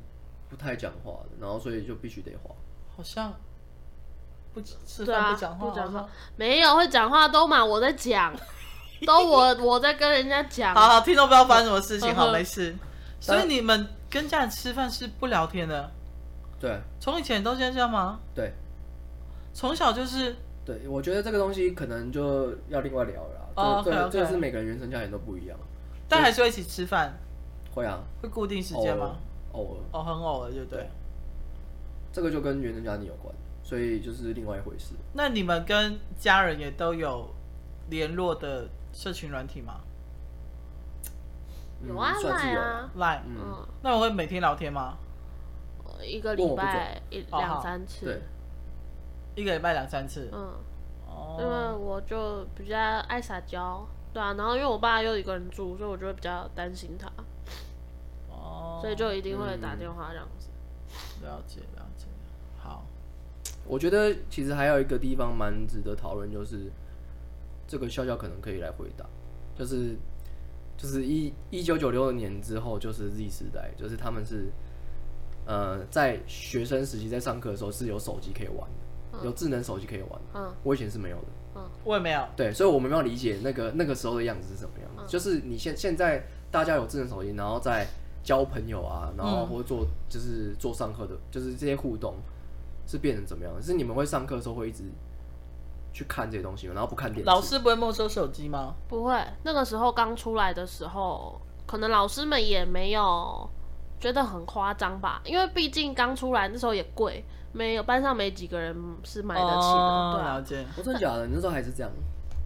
S2: 不太讲话的，然后所以就必须得花。
S3: 好像不吃
S1: 对
S3: 饭
S1: 啊
S3: 不讲话，
S1: 不讲话
S3: 好像
S1: 没有会讲话都嘛，我在讲，都我我在跟人家讲。
S3: 好了，听众不知道发生什么事情，
S1: 呵呵
S3: 好没事。所以你们跟家人吃饭是不聊天的，
S2: 对
S3: 从以前到现在这样吗？
S2: 对
S3: 从小就是
S2: 对，我觉得这个东西可能就要另外聊了啦。
S3: 哦
S2: 这这
S3: OK，OK
S2: 这是每个人原生家庭都不一样。
S3: 但还是会一起吃饭，
S2: 会啊，
S3: 会固定时间
S2: 偶尔
S3: 吗？？
S2: 偶尔，
S3: 哦，很偶尔，对不对？
S2: 这个就跟原生家庭有关，所以就是另外一回事。
S3: 那你们跟家人也都有联络的社群软体吗？
S1: 有啊
S2: 嗯，，算是
S1: 赖
S2: 有
S1: 啊，
S3: 来，
S2: 嗯，
S1: 嗯，
S3: 那我会每天聊天吗？
S1: 一个
S2: 问
S1: 礼
S2: 我不
S1: 拜一
S3: 哦好
S1: 两三
S2: 对
S1: 次，，
S3: 一个礼拜两三次。
S1: 嗯，因为
S3: 哦，
S1: 我就比较爱撒娇，对啊，然后因为我爸又一个人住，所以我就会比较担心他，
S3: 哦，
S1: 所以就一定会打
S2: 嗯
S1: 电话这样子。
S3: 了解了解。好，
S2: 我觉得其实还有一个地方蛮值得讨论，就是这个笑笑可能可以来回答，就是就是一一九九六年之后就是 Z 时代，就是他们是呃在学生时期在上课的时候是有手机可以玩的，有智能手机可以玩，
S1: 嗯，
S2: 我以前是没有的。
S3: 我也没有。
S2: 对，所以我们要理解那个那个时候的样子是什么样
S3: 嗯
S2: 子。就是你现现在大家有智能手机，然后在交朋友啊，然后
S3: 嗯
S2: 或者做、就是做上课的，就是这些互动是变成怎么样？是你们会上课的时候会一直去看这些东西吗？然后不看电视？
S3: 老师不会没收手机吗？
S1: 不会，那个时候刚出来的时候，可能老师们也没有觉得很夸张吧，因为毕竟刚出来那时候也贵，没有班上没几个人是买得起的，
S3: 哦
S1: 对啊
S3: 了，解。
S2: 我真的假的？你那时候还是这样？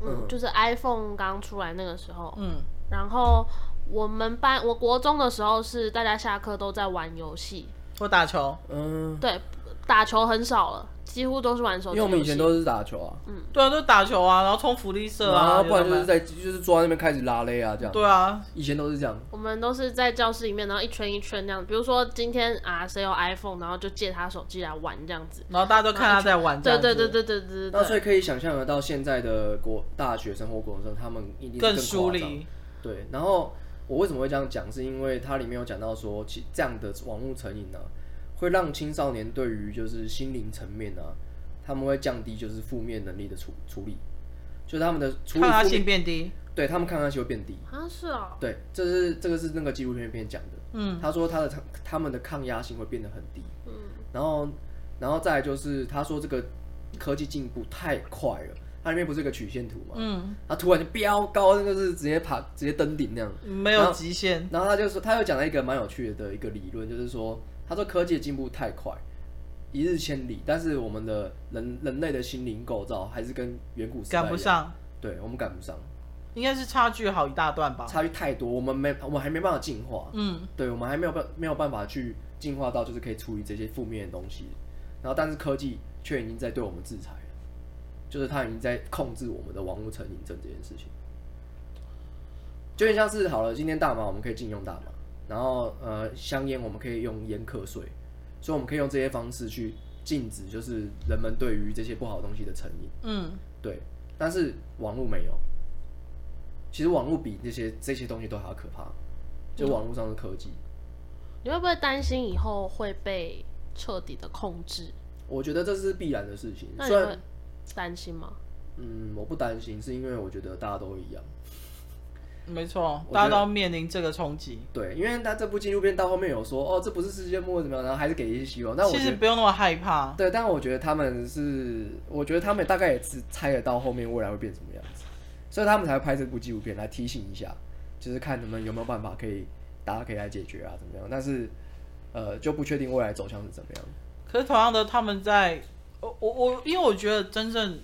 S1: 嗯，
S2: 嗯
S1: 就是 iPhone 刚出来那个时候，
S3: 嗯，
S1: 然后我们班我国中的时候是大家下课都在玩游戏，
S3: 我打球。
S2: 嗯，
S1: 对，打球很少了，几乎都是玩手
S2: 因
S1: 机游
S2: 为我
S1: 戏。
S2: 们以前都是打球啊，
S3: 对啊，都打球啊，然后冲福利社
S2: 然
S3: 哦啊，
S2: 后不然
S3: 有
S2: 就
S3: 的
S2: 是
S3: 没
S2: 在就是坐在那边开始拉勒啊这样。
S3: 对啊，
S2: 以前都是这样。
S1: 我们都是在教室里面，然后一圈一圈这样。比如说今天啊，谁有 iPhone，然后就借他手机来玩这样子。
S3: 然后大家都看他在玩，
S1: 对对
S3: 这样
S1: 对
S3: 子，
S1: 对对对
S2: 那
S1: 对
S2: 所
S1: 对。
S2: 以可以想象得到，现在的国大学生或国中生，他们一定是
S3: 更
S2: 夸
S3: 疏
S2: 张
S3: 离。
S2: 对，然后我为什么会这样讲，是因为它里面有讲到说，其这样的网络成瘾呢、啊会让青少年对于就是心灵层面啊，他们会降低就是负面能力的处处理，就是他们的处
S3: 看
S2: 理
S3: 他
S2: 负
S3: 性
S2: 面，
S3: 变低，
S2: 对他们抗压性会变低。
S1: 好像是哦，
S2: 对，这是这个是那个纪录片片讲的，
S3: 嗯，
S2: 他说他的他们的抗压性会变得很低，
S1: 嗯，
S2: 然后然后再来就是他说这个科技进步太快了，它里面不是有一个曲线图嘛，
S3: 嗯，
S2: 它突然就飙高，那个是直接爬直接登顶那样。
S3: 没
S2: 然
S3: 有
S2: 后
S3: 极限，
S2: 然后他就说，他又讲了一个蛮有趣的一个理论，就是说，他说科技的进步太快，一日千里，但是我们的人人类的心灵构造还是跟远古时代一
S3: 赶
S2: 样
S3: 不，上，
S2: 对我们赶不上，
S3: 应该是差距好一大段吧。
S2: 差距太多，我们没我们还没办法进化，
S3: 嗯，
S2: 对我们还没有办没有办法去进化到就是可以处理这些负面的东西，然后但是科技却已经在对我们制裁了，就是它已经在控制我们的网络成瘾症这件事情，就很像是好了，今天大麻我们可以禁用大麻，然后呃香烟我们可以用烟课税，所以我们可以用这些方式去禁止就是人们对于这些不好的东西的成瘾，
S3: 嗯，
S2: 对，但是网络没有，其实网络比这些这些东西都还要可怕，
S1: 嗯
S2: 就网络上的科技。
S1: 你会不会担心以后会被彻底的控制？
S2: 我觉得这是必然的事情。
S1: 那你
S2: 虽
S1: 会
S2: 然，
S1: 担心吗？
S2: 嗯，我不担心，是因为我觉得大家都一样。
S3: 没错，
S2: 我觉
S3: 大家
S2: 得
S3: 都要面临这个冲击。
S2: 对，因为他这部纪录片到后面有说，哦，这不是世界末日怎么样，然后还是给一些希望。哦但我
S3: 其
S2: 觉
S3: 实
S2: 得，
S3: 不用那么害怕，
S2: 对，但我觉得他们是，我觉得他们大概也是猜得到后面未来会变什么样子，所以他们才会拍这部纪录片来提醒一下，就是看你们有没有办法可以，大家可以来解决啊，怎么样？但是，呃，就不确定未来走向是怎么样。
S3: 可是同样的，他们在，我我我，因为我觉得真正，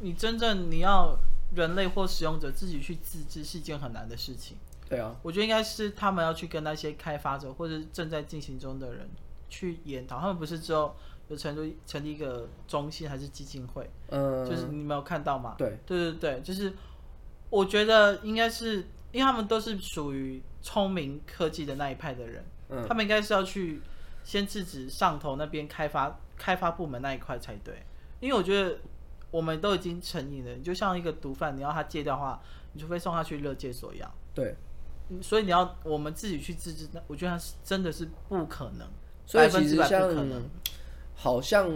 S3: 你真正你要人类或使用者自己去自制是一件很难的事情。
S2: 对啊，
S3: 我觉得应该是他们要去跟那些开发者或者正在进行中的人去研讨，他们不是之后有成立成立一个中心还是基金会，
S2: 嗯、
S3: 就是你没有看到吗？
S2: 对，
S3: 对对对，就是我觉得应该是，因为他们都是属于聪明科技的那一派的人，
S2: 嗯
S3: 他们应该是要去先制止上头那边开发开发部门那一块才对，因为我觉得我们都已经成瘾了，你就像一个毒贩，你要他戒掉的话，你除非送他去乐戒所一样。
S2: 对，
S3: 嗯所以你要我们自己去自制，那我觉得他是真的是不可能，
S2: 所以
S3: 百分
S2: 其
S3: 之
S2: 实
S3: 百不可
S2: 像嗯
S3: 能。
S2: 好像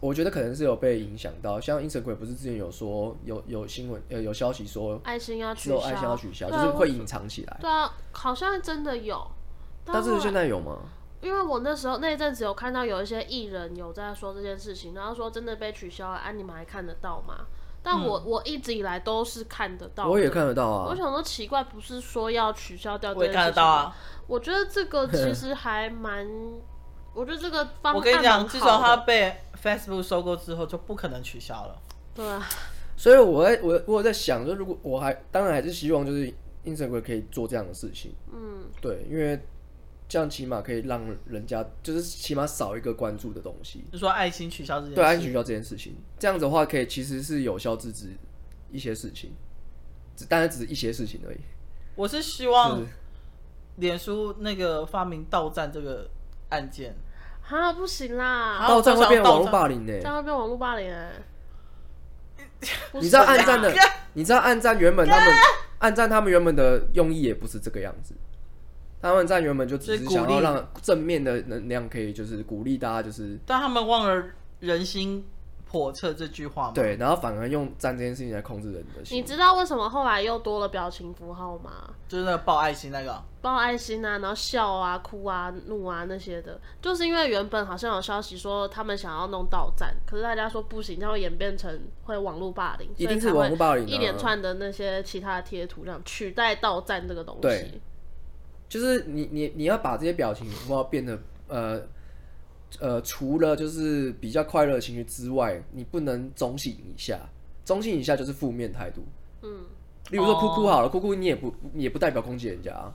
S2: 我觉得可能是有被影响到，像 Instagram 不是之前有说有有新闻呃有消息说
S1: 爱心要取
S2: 之后
S1: 消，
S2: 爱心要取消，就
S1: 对啊
S2: 是会隐藏起来。
S1: 对啊，好像真的有，
S2: 但
S1: 后
S2: 是
S1: 来
S2: 现在有吗？
S1: 因为我那时候那一阵子有看到有一些艺人有在说这件事情，然后说真的被取消了，啊，你们还看得到吗？但我、我一直以来都是看得到，
S2: 嗯我也。看得到
S1: 我
S2: 啊，
S1: 想说奇怪，不是说要取消掉这
S3: 我
S1: 件
S3: 也
S1: 事情
S3: 看得到啊，
S1: 我觉得这个其 实还蛮，我觉得这个方案
S3: 我跟你
S1: 蛮
S3: 讲，
S1: 好的
S3: 自从他被 Facebook 收购之后，就不可能取消了。
S1: 对啊，
S2: 所以我在我我有在想，就如果我还当然还是希望就是 Instagram 可以做这样的事情，
S1: 嗯，
S2: 对，因为这样起码可以让人家就是起码少一个关注的东西，
S3: 就说爱心取消这件事，
S2: 对，啊安全取消这件事情，这样子的话可以其实是有效制止一些事情，只当然只是一些事情而已。
S3: 我是希望脸书那个发明到站这个案件，
S1: 啊不行啦，
S3: 啊
S2: 到站会变
S3: 我想
S2: 网络霸凌呢、
S1: 这样会被网络霸凌 哎、不
S2: 你知道
S1: 行啦
S2: 暗战的，你知道暗战原本他们暗战他们原本的用意也不是这个样子，他们战原本就只是
S3: 就是鼓
S2: 想
S3: 励
S2: 要让正面的能量可以就是鼓励大家就是
S3: 但他们忘了人心叵测这句话嘛。
S2: 对，然后反而用战这件事情来控制人的
S1: 你
S2: 心。
S1: 知道为什么后来又多了表情符号吗？
S3: 就是那个报爱心那个，
S1: 包括爱心啊，然后笑啊、哭啊、怒啊那些的，就是因为原本好像有消息说他们想要弄到站，可是大家说不行，这样会演变成会网络霸凌，
S2: 一定是
S1: 所以才会
S2: 网络霸凌啊
S1: 一连串的那些其他的贴图，这样取代到站这个东西
S2: 对。就是你你你要把这些表情符号变得呃呃，除了就是比较快乐的情绪之外，你不能中性以下，中性以下就是负面态度。
S1: 嗯，
S2: 例如说哭哭好
S3: 哦
S2: 了，哭哭你也不你也不代表攻击人家、啊，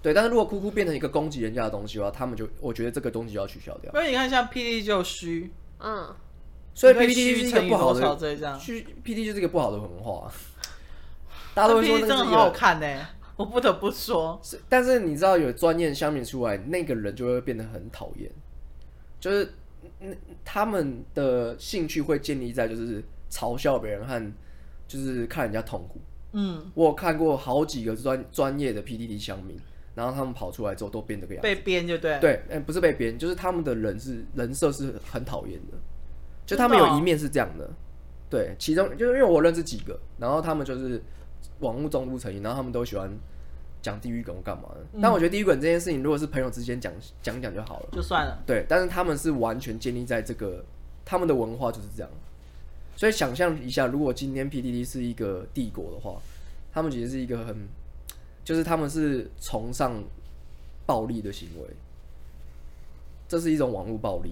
S2: 对。但是如果哭哭变成一个攻击人家的东西的话，他们就我觉得这个东西就要取消掉。
S3: 因为你看像 P D 就虚，
S1: 嗯，
S2: 所以
S3: 你会
S2: PPT 就是一
S3: 虚
S2: 个
S3: 乘以
S2: 不好
S3: 多少
S2: 的，
S3: 这样，
S2: 去 PPT 就是一个不好的文化、啊 大家都会说
S3: P D
S2: 那
S3: 真
S2: 个
S3: 的
S2: 是一
S3: 很
S2: 个
S3: 好看呢、我不得不说，
S2: 是，但是你知道有专业相比出来，那个人就会变得很讨厌，就是嗯他们的兴趣会建立在就是嘲笑别人和就是看人家痛苦。
S3: 嗯，
S2: 我有看过好几个专专业的 PDD 乡民，然后他们跑出来之后都变这个样子。
S3: 被编就对，
S2: 对，嗯、不是被编，就是他们的人是人设是很讨厌的，就
S3: 真
S2: 他们
S3: 的
S2: 有
S3: 哦
S2: 一面是这样的，对，其中就是因为我认识几个，然后他们就是网络中毒成瘾，然后他们都喜欢讲地狱梗或干嘛的。但我觉得地狱梗这件事情，如果是朋友之间讲讲讲就好了，
S3: 就算了。
S2: 对。但是他们是完全建立在这个他们的文化就是这样，所以想象一下，如果今天 PDD 是一个帝国的话，他们其实是一个很，就是他们是崇尚暴力的行为，这是一种网络暴力，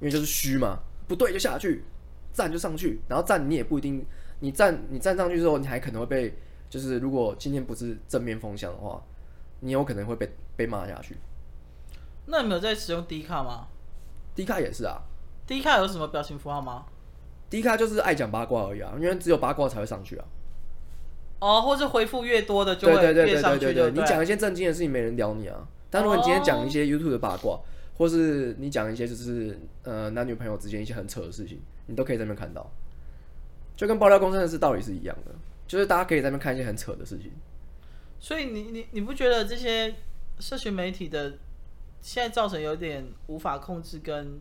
S2: 因为就是虚嘛，不对就下去，站就上去，然后站你也不一定，你站你站上去之后，你还可能会被，就是如果今天不是正面风向的话，你有可能会被被骂下去。
S3: 那你们有在使用 D 卡吗
S2: 迪卡也是啊，
S3: ？D 卡有什么表情符号吗？
S2: 迪卡就是爱讲八卦而已啊，因为只有八卦才会上去啊。
S3: 哦，或者回复越多的就
S2: 对
S3: 会
S2: 对对
S3: 越
S2: 对
S3: 上
S2: 对
S3: 去
S2: 对
S3: 就
S2: 对，你讲一些正经的事情，没人聊你啊。但如果
S3: 哦
S2: 你今天讲一些 YouTube 的八卦，或是你讲一些就是呃男女朋友之间一些很扯的事情，你都可以在那边看到，就跟爆料公司的事道理是一样的，就是大家可以在那边看一些很扯的事情。
S3: 所以你你你不觉得这些社群媒体的现在造成有点无法控制跟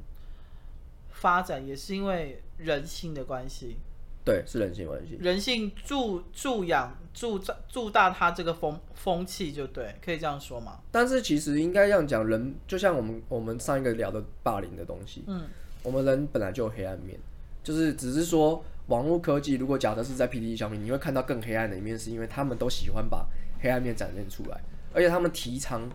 S3: 发展，也是因为人性的关系，
S2: 对，是人性关系。
S3: 人性助助养助大助大它这个风风气，就对，可以这样说吗？
S2: 但是其实应该这样讲，人就像我们我们上一个聊的霸凌的东西，
S3: 嗯，
S2: 我们人本来就有黑暗面，就是只是说网络科技，如果假设是在 PDD 上面，你会看到更黑暗的一面，是因为他们都喜欢把黑暗面展现出来，而且他们提倡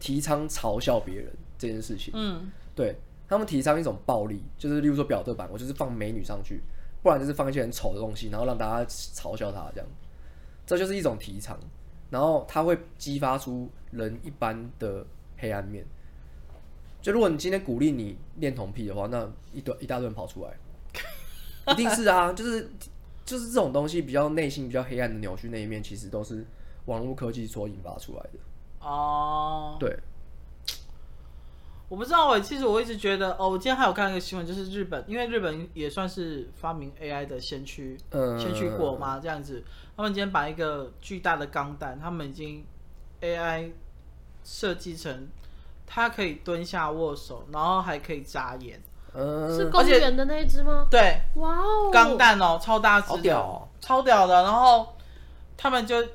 S2: 提倡嘲笑别人这件事情，
S3: 嗯，
S2: 对他们提倡一种暴力，就是例如说表特版，我就是放美女上去，不然就是放一些很丑的东西，然后让大家嘲笑他这样，这就是一种提倡，然后它会激发出人一般的黑暗面。就如果你今天鼓励你恋童癖的话，那一堆一大堆人跑出来，一定是啊，就是就是这种东西比较内心比较黑暗的扭曲那一面，其实都是网络科技所引发出来的。
S3: 哦，
S2: 对，
S3: 我不知道哎、其实我一直觉得，哦，我今天还有看一个新闻，就是日本，因为日本也算是发明 AI 的先驱，
S2: 嗯
S3: 先驱国嘛，这样子，他们今天把一个巨大的钢弹，他们已经 AI 设计成，它可以蹲下握手，然后还可以眨眼，
S1: 是
S2: 嗯，
S1: 公园的那一只吗？
S3: 对，
S1: 哇哦，
S3: 钢弹哦，超大只
S2: 好
S3: 的，
S2: 屌哦
S3: 超屌的。然后他们就，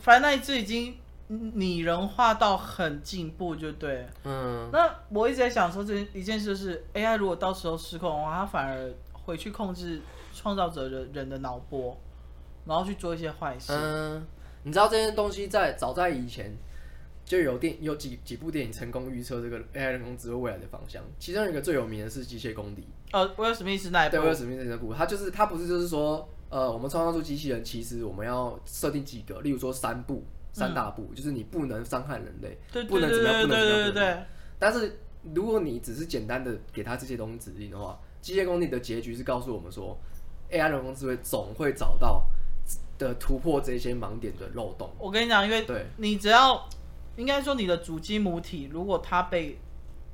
S3: 反正那一只已经拟人化到很进步，就对。
S2: 嗯，
S3: 那我一直在想说这一件事是 AI 如果到时候失控的话，它反而回去控制创造者的人的脑波，然后去做一些坏事。
S2: 嗯，你知道这些东西在早在以前就有电有几几部电影成功预测这个 AI 人工智慧未来的方向，其中有一个最有名的是《机械公敌》。
S3: 呃，威尔史密斯那一部
S2: 对，威尔史密斯那部，他就是他不是就是说，呃，我们创造出机器人，其实我们要设定几个，例如说三步，三大步，就是你不能伤害人类，
S3: 嗯对
S2: 不
S3: 对
S2: 能
S3: 对
S2: 怎么样，
S3: 对对
S2: 不能怎么样，不能
S3: 对
S2: 怎么样
S3: 对，
S2: 但是如果你只是简单的给他这些东西指令的话，机械公敌的结局是告诉我们说，AI 人工智慧总会找到的突破这些盲点的漏洞。
S3: 我跟你讲，因为
S2: 对，
S3: 你只要应该说你的主机母体，如果它被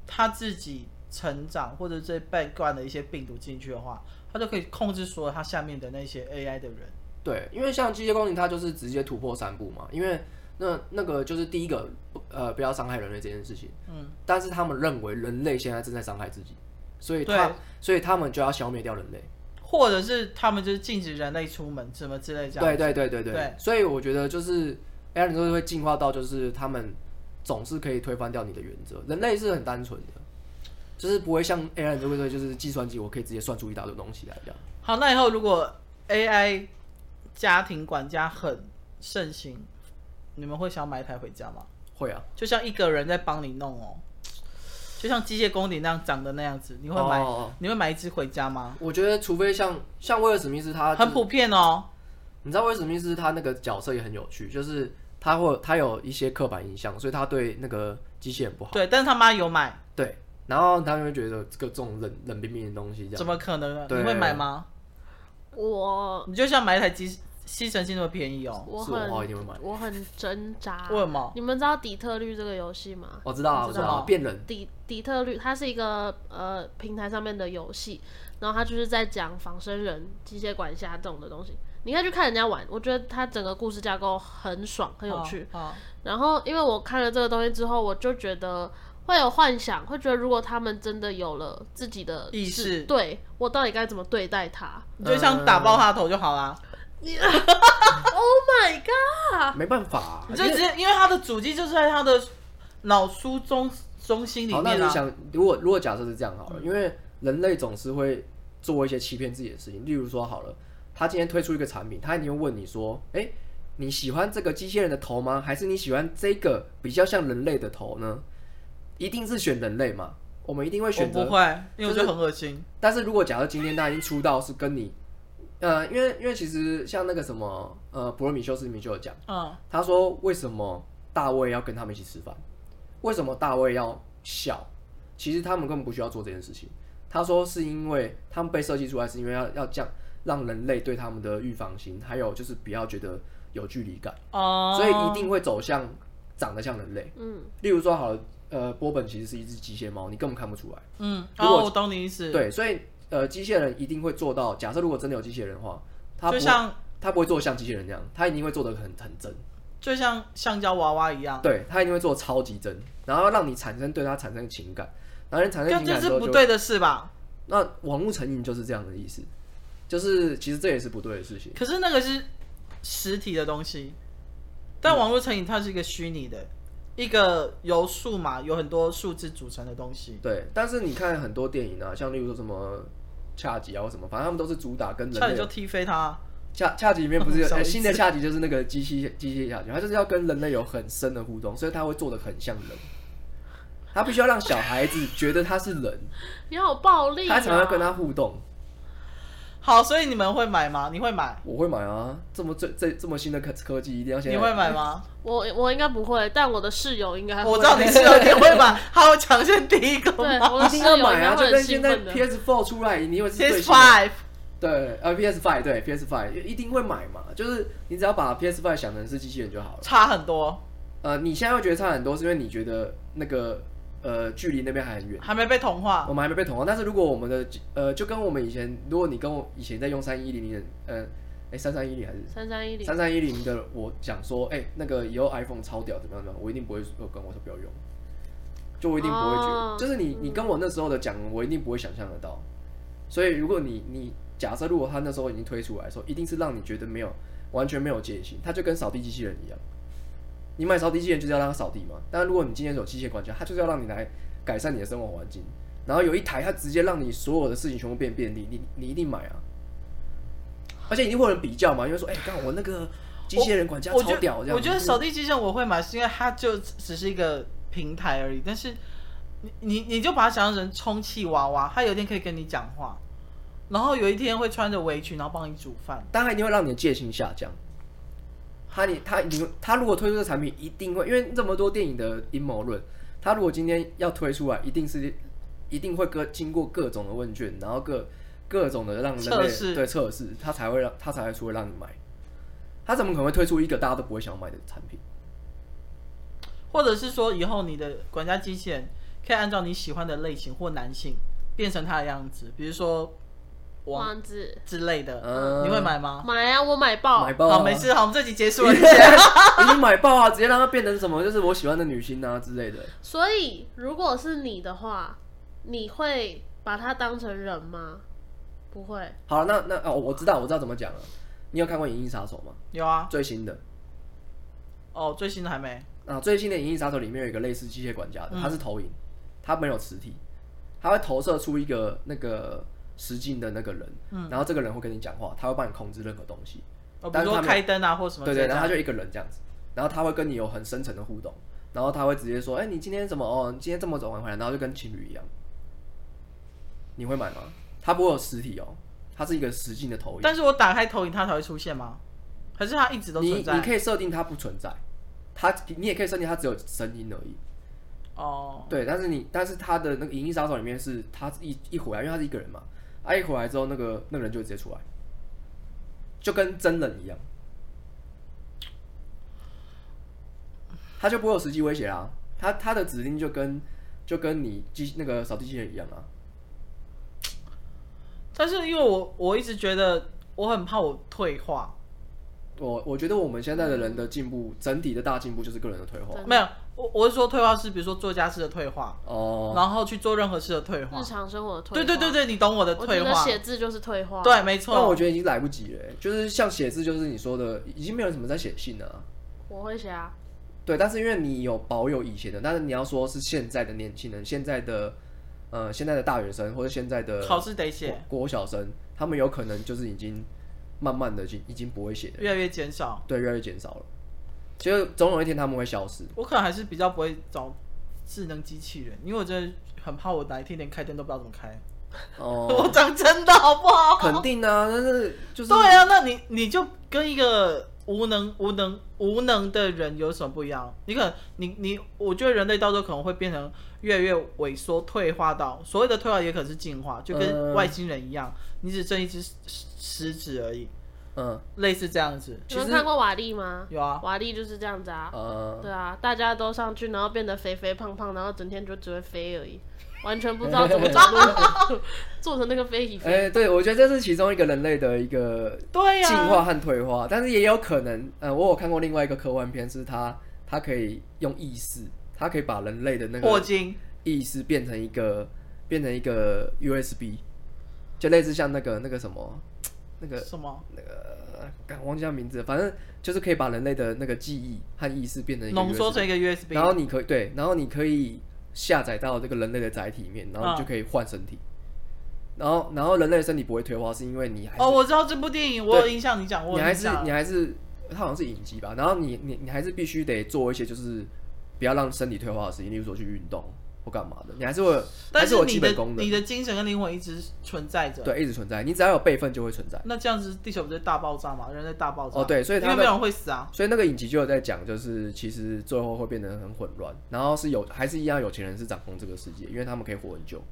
S3: 它自己成长或者是被灌了一些病毒进去的话，它就可以控制所有它下面的那些 AI 的人。
S2: 对，因为像机械公敌，它就是直接突破三步嘛，因为那那个就是第一个，呃，不要伤害人类这件事情。
S3: 嗯，
S2: 但是他们认为人类现在正在伤害自己，所以
S3: 对
S2: 他，所以他们就要消灭掉人类。
S3: 或者是他们就是禁止人类出门什么之类这样。
S2: 对对对对对。
S3: 对
S2: 所以我觉得就是 AI 人工智慧会进化到，就是他们总是可以推翻掉你的原则。人类是很单纯的，就是不会像 AI 人工智慧，就是计算机我可以直接算出一大堆东西来这样。
S3: 好，那以后如果 AI 家庭管家很盛行，你们会想买一台回家吗？
S2: 会啊，
S3: 就像一个人在帮你弄哦，就像机械公敌那样长的那样子，你会买？
S2: 哦哦哦哦
S3: 你会买一只回家吗？
S2: 我觉得除非像像威尔史密斯他、啊就是
S3: 很普遍哦。
S2: 你知道威尔史密斯他那个角色也很有趣，就是他会他有一些刻板印象，所以他对那个机器人不好。
S3: 对，但是他妈有买，
S2: 对，然后他们会觉得这个这种冷冷冰冰的东西这样。
S3: 怎么可能呢？
S2: 对
S3: 你会买吗？
S1: 我
S3: 你就像买一台机吸尘器那么便宜哦。
S1: 我
S2: 是我的
S1: 很
S2: 话一定会买
S1: 我很挣扎。
S3: 为什么？
S1: 你们知道底特律这个游戏吗？
S2: 我知道啊，我
S1: 知
S2: 知道
S1: 道
S2: 啊，变人。
S1: 底底特律，它是一个呃平台上面的游戏，然后它就是在讲仿生人、机械管辖这种的东西。你可以去看人家玩，我觉得它整个故事架构很爽，很有趣。
S3: 啊，
S1: 然后因为我看了这个东西之后，我就觉得会有幻想，会觉得如果他们真的有了自己的
S3: 意
S1: 自
S3: 识
S1: 对我到底该怎么对待他
S2: 嗯
S3: 你就像打爆他的头就好
S2: 啊
S3: 啦。
S1: ？Oh my god！
S2: 没办法、啊，
S3: 你就直接，因为他的主机就是在他的脑枢中中心里
S2: 好，那
S3: 面
S2: 你
S3: 啊。嗯
S2: 想，如果如果假设是这样好了，因为人类总是会做一些欺骗自己的事情，例如说好了，他今天推出一个产品，他一定会问你说，哎、你喜欢这个机器人的头吗？还是你喜欢这个比较像人类的头呢？一定是选人类嘛，我们一定会
S3: 我
S2: 选择
S3: 不会，因为我觉得很恶心。
S2: 但是如果假设今天他已经出道是跟你，呃，因为因为其实像那个什么，呃，普罗米修斯米就有讲，
S3: 嗯，
S2: 他说为什么大卫要跟他们一起吃饭，为什么大卫要笑，其实他们根本不需要做这件事情。他说是因为他们被设计出来是因为要要降让人类对他们的预防心，还有就是不要觉得有距离感，
S3: 哦，
S2: 所以一定会走向长得像人类。
S1: 嗯，
S2: 例如说好了，呃，波本其实是一只机械猫，你根本看不出来。
S3: 嗯，
S2: 如果
S3: 哦，我懂你意思。，
S2: 对，所以呃，机械人一定会做到。假设如果真的有机械人的话，他不
S3: 就
S2: 会
S3: 像
S2: 他不会做得像机器人那样，他一定会做的很很真，
S3: 就像橡胶娃娃一样，
S2: 对他一定会做得超级真，然后让你产生对他产生情感，然后你产生
S3: 这
S2: 情
S3: 这
S2: 感之
S3: 是
S2: 后
S3: 不
S2: 就
S3: 对的事吧？
S2: 那网络成瘾就是这样的意思，就是其实这也是不对的嗯事情。
S3: 可是那个是实体的东西，但网络成瘾它是一个虚拟的，一个由数码有很多数字组成的东西。
S2: 对，但是你看很多电影啊，像例如说什么恰吉啊或什么，反正他们都是主打跟人
S3: 差
S2: 类
S3: 点就踢飞它。
S2: 恰恰吉里面不是 有、
S3: 少一
S2: 呃
S3: 次
S2: 新的恰吉就是那个机器机械恰吉，它就是要跟人类有很深的互动，所以它会做的很像人。他必须要让小孩子觉得他是人，
S1: 你好暴力、啊，
S2: 他才会跟他互动。
S3: 好，所以你们会买吗？你会买？
S2: 我会买啊，这么这这这么新的科科技，一定要先。
S3: 你会买？吗？
S1: 我我应该不会，但我的室友应该会
S3: 我知道你是有点会买，好，抢先第 一个
S1: 对
S3: 吗
S1: 我的
S2: 一
S1: 室
S2: 定
S1: 友
S2: 要
S1: 应
S2: 买
S1: 该会
S2: 啊！就
S1: 很
S2: 跟现
S1: 兴
S2: 在
S1: 奋的。
S2: PS Four 出来，你会是最
S3: ？PS
S2: 新的。
S3: Five，
S2: 对，呃，PS Five 对 PS Five 一定会买嘛，就是你只要把 PS Five 想成是机器人就好了。
S3: 差很多。
S2: 呃，你现在会觉得差很多，是因为你觉得那个呃距离那边还很远，
S3: 还没被同化，
S2: 我们还没被同化。但是如果我们的呃，就跟我们以前，如果你跟我以前在用三一零零，呃，哎三三一零还是
S1: 三三一零，
S2: 三三一零的我讲说，哎、那个以后 iPhone 超屌怎么样怎么样，我一定不会说跟我说不要用，就我一定不会觉得，
S1: 哦
S2: 就是你你跟我那时候的讲，我一定不会想象得到。所以如果你你假设如果他那时候已经推出来的时候，一定是让你觉得没有完全没有戒心，它就跟扫地机器人一样。你买扫地机器人就是要让它扫地嘛，但是如果你今天有机械管家，它就是要让你来改善你的生活环境。然后有一台，它直接让你所有的事情全部变便利，你你一定买啊！而且一定会有人比较嘛，因为说，哎、看我那个机器人管家
S3: 我
S2: 超屌，这
S3: 觉
S2: 样
S3: 我觉得扫地机器人我会买，是因为它就只是一个平台而已。但是你你你就把它想象成充气娃娃，它有一天可以跟你讲话，然后有一天会穿着围裙，然后帮你煮饭。
S2: 但它一定会让你的戒心下降。他你他一定他如果推出这个产品，一定会因为这么多电影的阴谋论，他如果今天要推出来，一定是一定会各经过各种的问卷，然后各各种的让人类
S3: 测试
S2: 对测试，他才会让他才会出会让你买。他怎么可能会推出一个大家都不会想要买的产品？
S3: 或者是说，以后你的管家机器人可以按照你喜欢的类型或男性变成它的样子，比如说王
S1: 王子
S3: 之类的，
S2: 嗯
S3: 你会买吗？
S1: 买啊，我买爆，
S2: 买爆啊！
S3: 好，没事，好，我们这集结束了，谢谢。
S2: 已经买爆啊！直接让它变成什么，就是我喜欢的女星啊之类的。
S1: 所以，如果是你的话，你会把它当成人吗？不会。
S2: 好，那那哦，我知道，我知道怎么讲了。你有看过《银翼杀手》吗？
S3: 有啊，
S2: 最新的
S3: 哦，最新的还没，
S2: 啊，最新的《银翼杀手》里面有一个类似机械管家的，它是投影，它没有实体，它会投射出一个那个实境的那个人，然后这个人会跟你讲话，他会帮你控制任何东西。
S3: 哦，比
S2: 但
S3: 如
S2: 是
S3: 说
S2: 他们
S3: 开灯啊或什么之
S2: 对
S3: 类的。
S2: 对，然后他就一个人这样子，然后他会跟你有很深层的互动，然后他会直接说：“哎、你今天怎么哦？你今天这么早晚回来？”然后就跟情侣一样。你会买吗？它不会有实体哦，它是一个实境的投影。
S3: 但是我打开投影，它才会出现吗？可是它一直都
S2: 你
S3: 存
S2: 你
S3: 在？
S2: 可以设定它不存在，它你也可以设定它只有声音而已。
S3: 哦，
S2: 对，但是你但是它的那个《银翼杀手》里面是他一一回来，因为他是一个人嘛，啊他一回来之后，那个那个人就会直接出来，就跟真人一样，他就不会有实际威胁啦。他他的指令就跟就跟你机那个扫地机器人一样啊。
S3: 但是因为我我一直觉得我很怕我退化，
S2: 我我觉得我们现在的人的进步，整体的大进步就是个人的退化
S1: 真的
S3: 没有，我我是说退化是比如说做家事的退化，
S2: 哦。
S3: 然后去做任何事的退化
S1: 日。常生活的嗯退
S3: 对
S1: 化。
S3: 对对对，你懂我的
S1: 我
S3: 退
S1: 觉得
S3: 化。
S1: 写字就是退化。，
S3: 对，没
S2: 但我
S3: 错。
S2: 觉得已经来不及了欸、就是像写字，就是你说的，已经没有什么在写信了啊、
S1: 我会写啊。
S2: 对，但是因为你有保有以前的，但是你要说是现在的年轻人，现在的呃现在的大学生或者现在的
S3: 考试得写，
S2: 国国小生，他们有可能就是已经慢慢的已经已经不会写了，
S3: 越来越减少。
S2: 对，越来越减少了。其实总有一天他们会消失。
S3: 我可能还是比较不会找智能机器人，因为我真的很怕我哪一天连开灯都不知道怎么开。 我
S2: 哦，
S3: 讲真的好不好？
S2: 肯定啊，但是就是
S3: 哦对啊，那你你就跟一个无能、无能、无能的人有什么不一样？你可能你你，我觉得人类到时候可能会变成越来越萎缩、退化到所谓的退化，也可能是进化，就跟
S2: 嗯
S3: 外星人一样，你只剩一只食食指而已，
S2: 嗯
S3: 类似这样子。
S1: 你
S2: 其
S1: 们
S2: 实
S1: 看过瓦力吗？
S3: 有啊，
S1: 瓦力就是这样子啊。
S2: 呃，
S1: 对啊，大家都上去，然后变得肥肥胖胖，然后整天就只会飞 而已，完全不知道怎么走路，做 成那个飞椅
S2: 哎、
S1: 飞。
S2: 对，我觉得这是其中一个人类的一个
S3: 对啊呀、
S2: 进化和退化，但是也有可能，呃，我有看过另外一个科幻片，是它它可以用意识，它可以把人类的那个
S3: 霍金
S2: 意识变成一个变成一个 USB，就类似像那个那个什么那个
S3: 什么
S2: 那个，刚忘记他名字了，反正就是可以把人类的那个记忆和意识变成一个
S3: 浓缩
S2: USB
S3: 成一个 USB，
S2: 然后你可以对，然后你可以下载到这个人类的载体里面，然后你
S3: 嗯
S2: 就可以换身体。然后，然后人类的身体不会退化，是因为你还是
S3: 哦，我知道这部电影，我有印象，你讲过，
S2: 你
S3: 我有
S2: 还
S3: 印
S2: 是
S3: 象
S2: 你还是，它好像是影集吧？然后你你你还是必须得做一些就是不要让身体退化的事情，例如说去运动或干嘛的，你还是会有还
S3: 但
S2: 是有
S3: 你
S2: 基
S3: 的
S2: 本功
S3: 你的精神跟灵魂一直存在着。
S2: 对，一直存在，你只要有备份就会存在。
S3: 那这样子，地球不就大爆炸嘛？人类大爆炸。
S2: 哦对所以他
S3: 因为
S2: 们
S3: 没有人会死啊。
S2: 所以那个影集就有在讲，就是其实最后会变得很混乱，然后是有还是一样有钱人是掌控这个世界，因为他们可以活很久，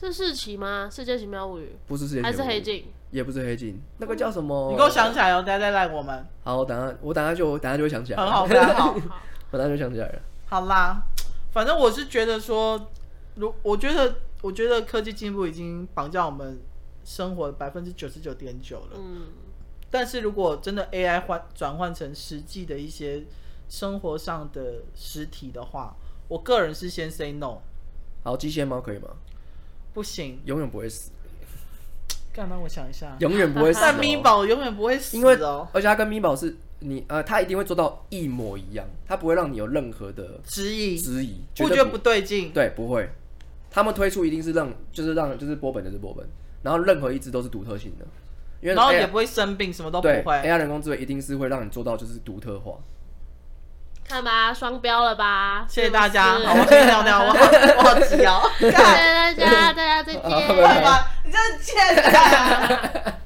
S1: 是世奇吗？世界奇妙物语
S2: 不是世界
S1: 还是
S2: 末日
S1: 黑，镜？
S2: 也不是黑镜，那个叫什么？
S3: 你给我想起来哦，大家再赖我们，
S2: 好，我等下我等下就我等下就会想起来，
S3: 很好，非常好。
S2: 我等下就想起来了。
S3: 好啦，反正我是觉得说，如我觉得，我觉得科技进步已经绑架我们生活百分之九十九点九了。
S1: 嗯，
S3: 但是如果真的 AI 换转换成实际的一些生活上的实体的话，我个人是先 say no，
S2: 好，机械猫可以吗？
S3: 不行。
S2: 永远不会死，
S3: 干嘛？我想一下，
S2: 永远不会死、哦。
S3: 啊但咪宝永远不会死
S2: 因为
S3: 哦，
S2: 而且它跟咪宝是你呃，它一定会做到一模一样，它不会让你有任何的
S3: 质疑，
S2: 质疑，绝
S3: 我觉
S2: 对
S3: 得不对劲。
S2: 对，不会。他们推出一定是让，就是让，就是波本就是波本，然后任何一只都是独特性的，因为
S3: 然后
S2: AI
S3: 也不会生病，什么都不
S2: 哎对哎
S3: 会。
S2: AI 人工智慧一定是会让你做到就是独特化。
S1: 看吧，双标了吧？
S3: 谢谢大家，
S1: 是不是
S3: 好，我去尿尿， 我好我好急哦。
S1: 谢谢大家，大家再
S2: 好
S1: 见，
S2: 拜拜
S3: 啊拜拜，你真的欠打。